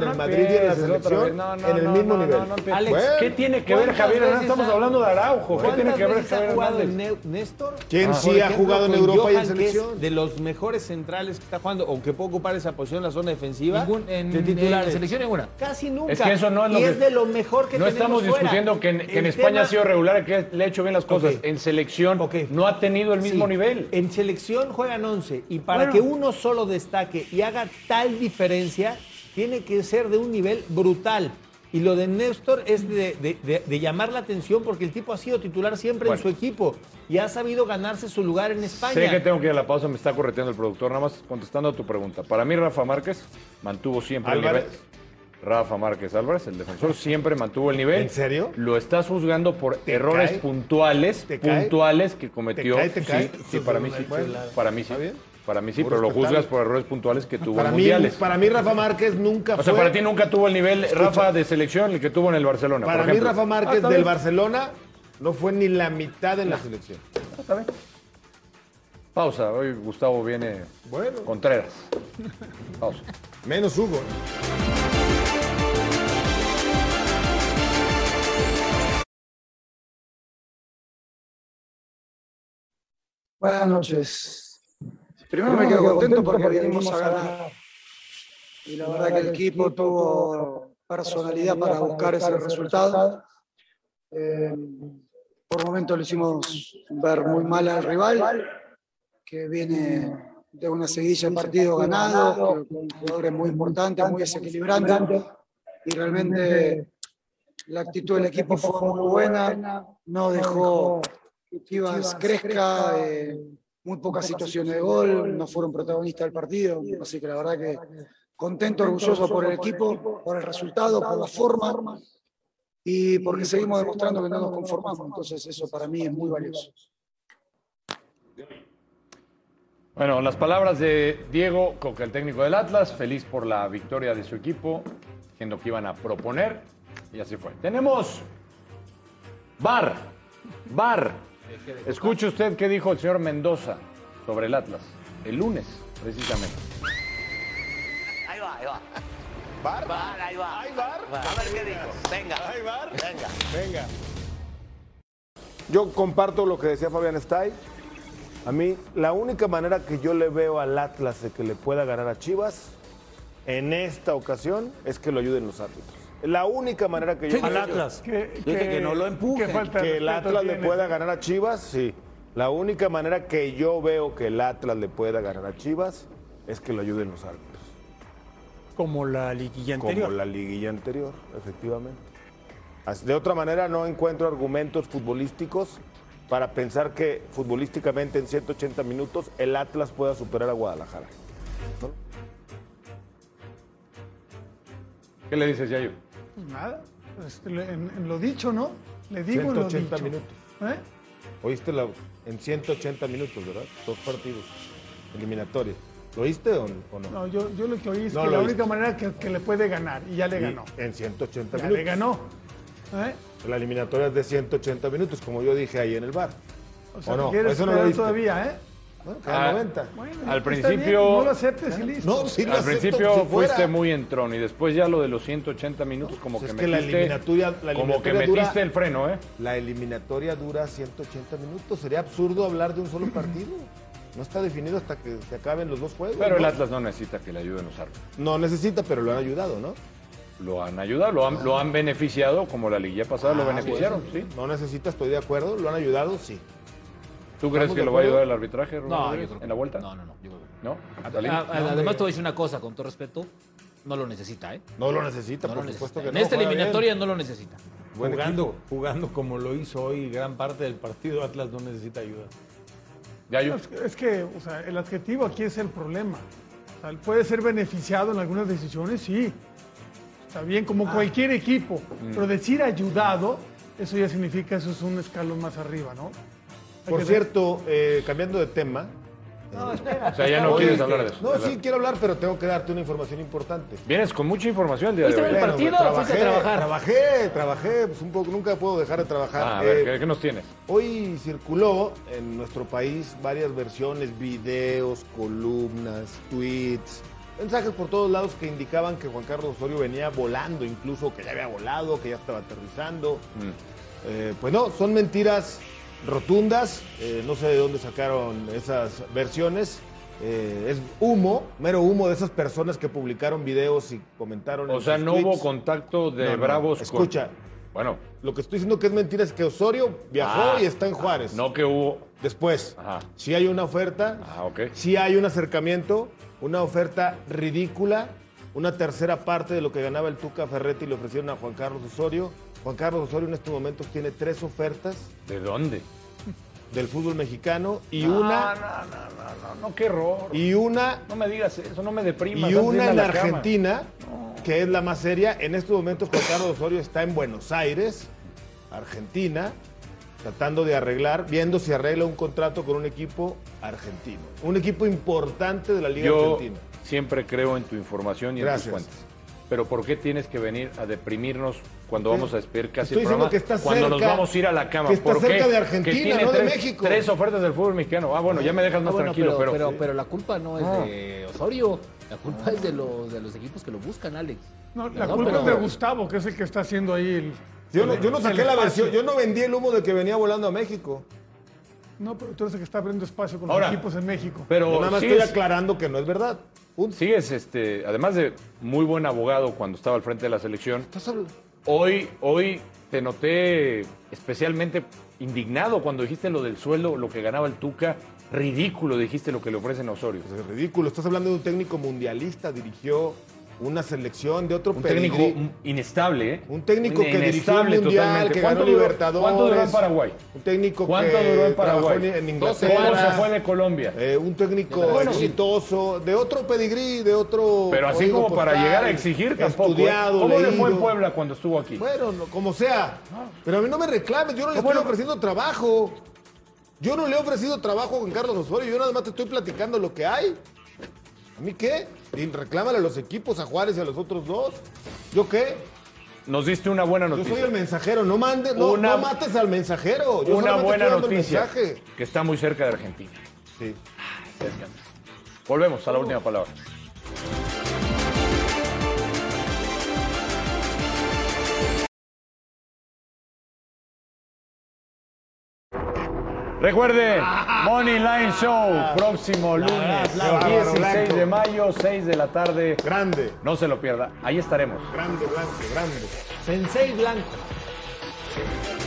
Speaker 2: en el Madrid y en la
Speaker 1: empieces otra vez.
Speaker 2: selección.
Speaker 1: No, no,
Speaker 2: en el
Speaker 1: no,
Speaker 2: mismo
Speaker 1: no,
Speaker 2: nivel.
Speaker 1: no, no empieces.
Speaker 2: Bueno,
Speaker 1: Alex, ¿qué tiene que ver Javier Hernández? Estamos hablando de Araujo. ¿Qué
Speaker 4: ¿Cuántas
Speaker 1: tiene que ver
Speaker 4: veces
Speaker 1: Javier
Speaker 4: ha jugado
Speaker 1: Hernández?
Speaker 4: en Ne- Néstor?
Speaker 2: ¿Quién
Speaker 5: Ah,
Speaker 4: Por
Speaker 2: sí ha jugado en
Speaker 4: con
Speaker 2: Europa y en
Speaker 4: Ah. Johan, que es
Speaker 2: selección?
Speaker 4: de los mejores centrales que está jugando, o que puede ocupar esa posición en la zona defensiva.
Speaker 3: Ningún- en-
Speaker 4: de
Speaker 3: en
Speaker 4: titulares.
Speaker 3: selección ninguna.
Speaker 4: Casi nunca.
Speaker 1: Es que eso no es lo
Speaker 4: y
Speaker 1: que-
Speaker 4: es de lo mejor que
Speaker 1: No
Speaker 4: tenemos
Speaker 1: estamos
Speaker 4: fuera.
Speaker 1: discutiendo que en, que
Speaker 4: El
Speaker 1: en España ha
Speaker 4: tema-
Speaker 1: sido regular, que le ha hecho bien las cosas.
Speaker 4: Ok.
Speaker 1: En selección no ha tenido el mismo
Speaker 4: Sí.
Speaker 1: nivel.
Speaker 4: En selección juegan 11 y para
Speaker 1: Bueno.
Speaker 4: que uno solo destaque y haga tal diferencia, tiene que ser de un nivel brutal. Y lo de Néstor es de, de- de- de llamar la atención porque el tipo ha sido titular siempre
Speaker 1: Bueno.
Speaker 4: en su equipo y ha sabido ganarse su lugar en España.
Speaker 1: Sé que tengo que ir a la pausa, me está correteando el productor, nada más contestando a tu pregunta. Para mí, Rafa Márquez mantuvo siempre
Speaker 2: Álvarez.
Speaker 1: el nivel. Rafa Márquez Álvarez, el defensor, siempre mantuvo el nivel.
Speaker 2: ¿En serio?
Speaker 1: Lo estás juzgando por errores
Speaker 2: cae?
Speaker 1: puntuales,
Speaker 2: ¿Te cae?
Speaker 1: puntuales que cometió.
Speaker 2: ¿Te cae, te cae?
Speaker 1: Sí, sí, para mí sí.
Speaker 2: Bueno,
Speaker 1: Para mí sí. Para mí sí,
Speaker 2: Muy
Speaker 1: pero lo
Speaker 2: respetable.
Speaker 1: juzgas por errores puntuales que tuvo
Speaker 2: Para
Speaker 1: en
Speaker 2: mí,
Speaker 1: mundiales.
Speaker 2: para mí, Rafa Márquez nunca
Speaker 1: o
Speaker 2: fue.
Speaker 1: sea, para ti nunca tuvo el nivel Rafa de selección, el que tuvo en el Barcelona.
Speaker 2: Para
Speaker 1: por
Speaker 2: mí,
Speaker 1: ejemplo.
Speaker 2: Rafa
Speaker 1: Ah,
Speaker 2: Márquez
Speaker 1: está
Speaker 2: del
Speaker 1: bien.
Speaker 2: Barcelona no fue ni la mitad en la selección.
Speaker 1: Pausa, hoy Gustavo viene
Speaker 2: Bueno.
Speaker 1: Contreras. Pausa.
Speaker 2: Menos Hugo. ¿no?
Speaker 13: Buenas noches. Primero me quedo contento porque venimos a ganar. Y la verdad que el equipo tuvo personalidad para buscar ese resultado. Eh, por momentos lo hicimos ver muy mal al rival, que viene de una seguidilla de partidos ganados, que- con jugadores muy importantes, muy desequilibrantes. Y realmente la actitud del equipo fue muy buena, no dejó que Chivas crezca, eh, muy pocas situaciones de gol, no fueron protagonistas del partido, así que la verdad que contento, orgulloso por el equipo, por el resultado, por la forma y porque seguimos demostrando que no nos conformamos, entonces eso para mí es muy valioso.
Speaker 1: Bueno, las palabras de Diego Coca, el técnico del Atlas, feliz por la victoria de su equipo, diciendo que iban a proponer, y así fue. Tenemos Bar, Bar. Escuche usted qué dijo el señor Mendoza sobre el Atlas, el lunes, precisamente.
Speaker 14: Ahí va, ahí va. ¿Bar? ahí va. ¿Hay bar? A ver qué dijo. Venga. ¿Hay bar? Venga.
Speaker 2: Venga. Yo comparto lo que decía Fabián Stay. A mí, la única manera que yo le veo al Atlas de que le pueda ganar a Chivas en esta ocasión es que lo ayuden los árbitros. La única manera que yo.
Speaker 4: Al Atlas.
Speaker 2: Que,
Speaker 4: Dije que no lo empujen.
Speaker 2: Que,
Speaker 4: falta de
Speaker 2: el
Speaker 4: respeto
Speaker 2: Atlas le
Speaker 4: tiene.
Speaker 2: pueda ganar a Chivas, sí. La única manera que yo veo que el Atlas le pueda ganar a Chivas es que lo ayuden los árbitros.
Speaker 15: Como la liguilla anterior.
Speaker 2: Como la liguilla anterior, efectivamente. Así- De otra manera, no encuentro argumentos futbolísticos para pensar que futbolísticamente en 180 minutos el Atlas pueda superar a Guadalajara.
Speaker 1: ¿Qué le dices, Yayo?
Speaker 5: Pues nada, pues, le- en, en lo dicho, ¿no? Le digo en lo
Speaker 2: 180
Speaker 5: dicho.
Speaker 2: minutos.
Speaker 5: ¿Eh?
Speaker 2: ¿Oíste la, en 180 minutos, verdad? Dos partidos eliminatorios. ¿Lo oíste o, o no?
Speaker 5: No, yo, yo lo que oí es
Speaker 2: No
Speaker 5: que
Speaker 2: lo
Speaker 5: la
Speaker 2: oíste.
Speaker 5: única manera que, que le puede ganar, y ya le
Speaker 2: Y
Speaker 5: ganó.
Speaker 2: En 180
Speaker 5: Ya
Speaker 2: minutos.
Speaker 5: le ganó. ¿eh?
Speaker 2: La eliminatoria es de 180 minutos, como yo dije ahí en el bar.
Speaker 5: O sea,
Speaker 2: ¿O no?
Speaker 5: quieres
Speaker 2: Eso no
Speaker 5: esperar
Speaker 2: lo oíste.
Speaker 5: todavía, ¿eh?
Speaker 2: queda Ah, 90.
Speaker 5: Bueno,
Speaker 1: al
Speaker 5: está
Speaker 1: principio-
Speaker 5: bien, no lo aceptes y listo.
Speaker 2: No, sí lo
Speaker 1: Al
Speaker 2: acepto,
Speaker 1: principio
Speaker 2: si fuera.
Speaker 1: fuiste muy en trono y después ya lo de los 180 minutos como
Speaker 2: Pues
Speaker 1: que
Speaker 2: es que la
Speaker 1: metiste-
Speaker 2: eliminatoria, la
Speaker 1: como que
Speaker 2: eliminatoria dura-
Speaker 1: metiste el freno, ¿eh?
Speaker 2: La eliminatoria dura 180 minutos. Sería absurdo hablar de un solo partido. No está definido hasta que se acaben los dos juegos.
Speaker 1: Pero el
Speaker 2: ¿no?
Speaker 1: Atlas no necesita que le ayuden los árbitros.
Speaker 2: No necesita, pero lo han ayudado, ¿no?
Speaker 1: Ah, Lo han ayudado, lo han, lo han beneficiado como la liguilla pasada lo
Speaker 2: Ah,
Speaker 1: beneficiaron,
Speaker 2: bueno.
Speaker 1: ¿sí?
Speaker 2: No necesita, estoy de acuerdo. Lo han ayudado, sí.
Speaker 1: ¿Tú crees
Speaker 2: ¿Estamos
Speaker 1: que
Speaker 2: de
Speaker 1: lo va a
Speaker 2: acuerdo?
Speaker 1: ayudar el arbitraje, Rubén
Speaker 3: No,
Speaker 1: Rodríguez,
Speaker 3: yo creo que
Speaker 1: en la vuelta?
Speaker 3: No, no, no.
Speaker 1: ¿No? ¿Talín?
Speaker 3: Ah, ah, además, te voy a decir una cosa, con todo respeto, no lo necesita, ¿eh?
Speaker 2: No lo necesita,
Speaker 3: No
Speaker 4: por
Speaker 3: lo
Speaker 4: supuesto
Speaker 3: necesita.
Speaker 4: que
Speaker 3: En
Speaker 4: no,
Speaker 3: esta
Speaker 4: juega
Speaker 3: eliminatoria
Speaker 4: bien.
Speaker 3: no lo necesita.
Speaker 4: Buen jugando, jugando como lo hizo hoy gran parte del partido, Atlas no necesita ayuda.
Speaker 5: Es que- Es que, o sea, el adjetivo aquí es el problema. O sea, puede ser beneficiado en algunas decisiones, sí. Está bien, como
Speaker 2: Ah.
Speaker 5: cualquier equipo.
Speaker 2: Mm.
Speaker 5: Pero decir ayudado, eso ya significa eso es un escalón más arriba, ¿no? Hay
Speaker 2: Por
Speaker 5: que-
Speaker 2: cierto, eh, cambiando de tema.
Speaker 1: O sea, ya no
Speaker 2: Oye,
Speaker 1: quieres hablar de eso.
Speaker 2: No, sí
Speaker 1: Adelante.
Speaker 2: quiero hablar, pero tengo que darte una información importante.
Speaker 1: Vienes con mucha información el día de hoy.
Speaker 2: Bueno, trabajé, Trabajé, trabajé, pues un poco, nunca puedo dejar de trabajar.
Speaker 1: Ah, a
Speaker 2: Eh,
Speaker 1: ver, ¿qué, qué nos tienes?
Speaker 2: Hoy circuló en nuestro país varias versiones, videos, columnas, tweets, mensajes por todos lados que indicaban que Juan Carlos Osorio venía volando, incluso que ya había volado, que ya estaba aterrizando.
Speaker 1: Mm.
Speaker 2: Eh, pues no, son mentiras rotundas. eh, no sé de dónde sacaron esas versiones. eh, es humo, mero humo de esas personas que publicaron videos y comentaron.
Speaker 1: O
Speaker 2: en
Speaker 1: sea,
Speaker 2: sus
Speaker 1: no
Speaker 2: tweets.
Speaker 1: hubo contacto de
Speaker 2: No, no,
Speaker 1: Bravos con-
Speaker 2: Escucha,
Speaker 1: Bueno,
Speaker 2: lo que estoy diciendo que es mentira es que Osorio viajó
Speaker 1: Ah.
Speaker 2: y está en Juárez.
Speaker 1: no que hubo...
Speaker 2: Después,
Speaker 1: Ajá.
Speaker 2: si hay una oferta,
Speaker 1: Ah, ok.
Speaker 2: si hay un acercamiento, una oferta ridícula, una tercera parte de lo que ganaba el Tuca Ferretti le ofrecieron a Juan Carlos Osorio. Juan Carlos Osorio en estos momentos tiene tres ofertas
Speaker 1: ¿De dónde?
Speaker 2: del fútbol mexicano y
Speaker 1: No,
Speaker 2: una
Speaker 5: Ah,
Speaker 1: No, no, no, no, no, qué error.
Speaker 2: y una
Speaker 1: No me digas eso, no me deprimas.
Speaker 2: y
Speaker 1: antes de
Speaker 2: una
Speaker 1: irme a
Speaker 2: en
Speaker 1: la cama.
Speaker 2: Argentina, que es la más seria. En estos momentos Juan Carlos Osorio está en Buenos Aires, Argentina, tratando de arreglar, viendo si arregla un contrato con un equipo argentino, un equipo importante de la Liga
Speaker 1: Yo
Speaker 2: Argentina.
Speaker 1: siempre creo en tu información y en
Speaker 2: Gracias.
Speaker 1: tus cuentas. Pero ¿por qué tienes que venir a deprimirnos cuando
Speaker 2: Ok.
Speaker 1: vamos a despedir casi
Speaker 2: Estoy
Speaker 1: el
Speaker 2: diciendo
Speaker 1: programa?
Speaker 2: que está
Speaker 1: cuando nos
Speaker 2: cerca-
Speaker 1: vamos a ir a la cama.
Speaker 2: que está
Speaker 1: ¿Por qué?
Speaker 2: cerca de
Speaker 1: Que
Speaker 2: Argentina,
Speaker 1: tiene
Speaker 2: no de
Speaker 1: tres-
Speaker 2: México.
Speaker 1: Tres ofertas del fútbol mexicano. Ah, bueno, ya me dejas más
Speaker 3: Ah, bueno,
Speaker 1: tranquilo, pero...
Speaker 3: pero, pero, pero la culpa no es
Speaker 1: Ah.
Speaker 3: de Osorio, la culpa es de los, de los equipos que lo buscan, Alex.
Speaker 5: No, la
Speaker 3: Perdón,
Speaker 5: culpa
Speaker 3: pero-
Speaker 5: es de Gustavo, que es el que está haciendo ahí el.
Speaker 2: Yo no, yo no
Speaker 5: el
Speaker 2: saqué la
Speaker 5: espacio.
Speaker 2: versión, yo no vendí el humo de que venía volando a México.
Speaker 5: No, pero tú eres el que está abriendo espacio con
Speaker 1: Ahora,
Speaker 5: los equipos en México.
Speaker 1: Pero
Speaker 2: Yo nada más
Speaker 1: sigues-
Speaker 2: estoy aclarando que no es verdad.
Speaker 1: Sigues, este, además de muy buen abogado cuando estaba al frente de la selección, hoy, hoy te noté especialmente indignado cuando dijiste lo del sueldo, lo que ganaba el Tuca. Ridículo dijiste lo que le ofrecen a Osorio.
Speaker 2: Pues Es ridículo. Estás hablando de un técnico mundialista, dirigió una selección de otro
Speaker 1: Un
Speaker 2: pedigrí.
Speaker 1: técnico inestable, ¿eh?
Speaker 2: Un técnico que dirigió un
Speaker 1: Inestable
Speaker 2: mundial,
Speaker 1: totalmente.
Speaker 2: que
Speaker 1: ¿Cuánto
Speaker 2: ganó
Speaker 1: duró-
Speaker 2: Libertadores.
Speaker 1: ¿Cuánto duró en Paraguay?
Speaker 2: Un técnico
Speaker 1: ¿Cuánto
Speaker 2: que
Speaker 1: duró en
Speaker 2: trabajó
Speaker 1: Paraguay?
Speaker 2: en- en
Speaker 1: ¿Cómo se
Speaker 2: Inglaterra.
Speaker 1: fue de Colombia?
Speaker 2: eh, un técnico
Speaker 1: Bueno, sí.
Speaker 2: exitoso, de otro pedigrí, de otro.
Speaker 1: Pero así
Speaker 2: código
Speaker 1: como para
Speaker 2: postal,
Speaker 1: llegar a exigir tampoco. ¿eh?
Speaker 2: pues Estudiado,
Speaker 1: ¿Cómo le fue en
Speaker 2: leído.
Speaker 1: Puebla cuando estuvo aquí?
Speaker 2: Bueno, no- como sea. Pero a mí no me reclames, yo no le estoy ofreciendo trabajo. Yo no le he ofrecido trabajo a Juan Carlos Osorio, yo nada más te estoy platicando lo que hay. ¿A mí qué? Y reclámale a los equipos, a Juárez y a los otros dos. ¿Yo qué?
Speaker 1: Nos diste una buena
Speaker 2: Yo
Speaker 1: noticia.
Speaker 2: soy el mensajero, no mandes, no,
Speaker 1: Una-
Speaker 2: no mates al mensajero. Yo
Speaker 1: una
Speaker 2: solamente
Speaker 1: buena
Speaker 2: estoy dando el
Speaker 1: noticia
Speaker 2: mensaje.
Speaker 1: que está muy cerca de Argentina.
Speaker 2: Sí.
Speaker 1: Volvemos a la última palabra. Recuerde, Money Line Show, próximo lunes,
Speaker 2: verdad, la verdad,
Speaker 1: 16
Speaker 2: Blanco.
Speaker 1: de mayo, 6 de la tarde. Grande. No se lo pierda, ahí estaremos.
Speaker 2: Grande, grande, grande.
Speaker 4: Sensei Blanco.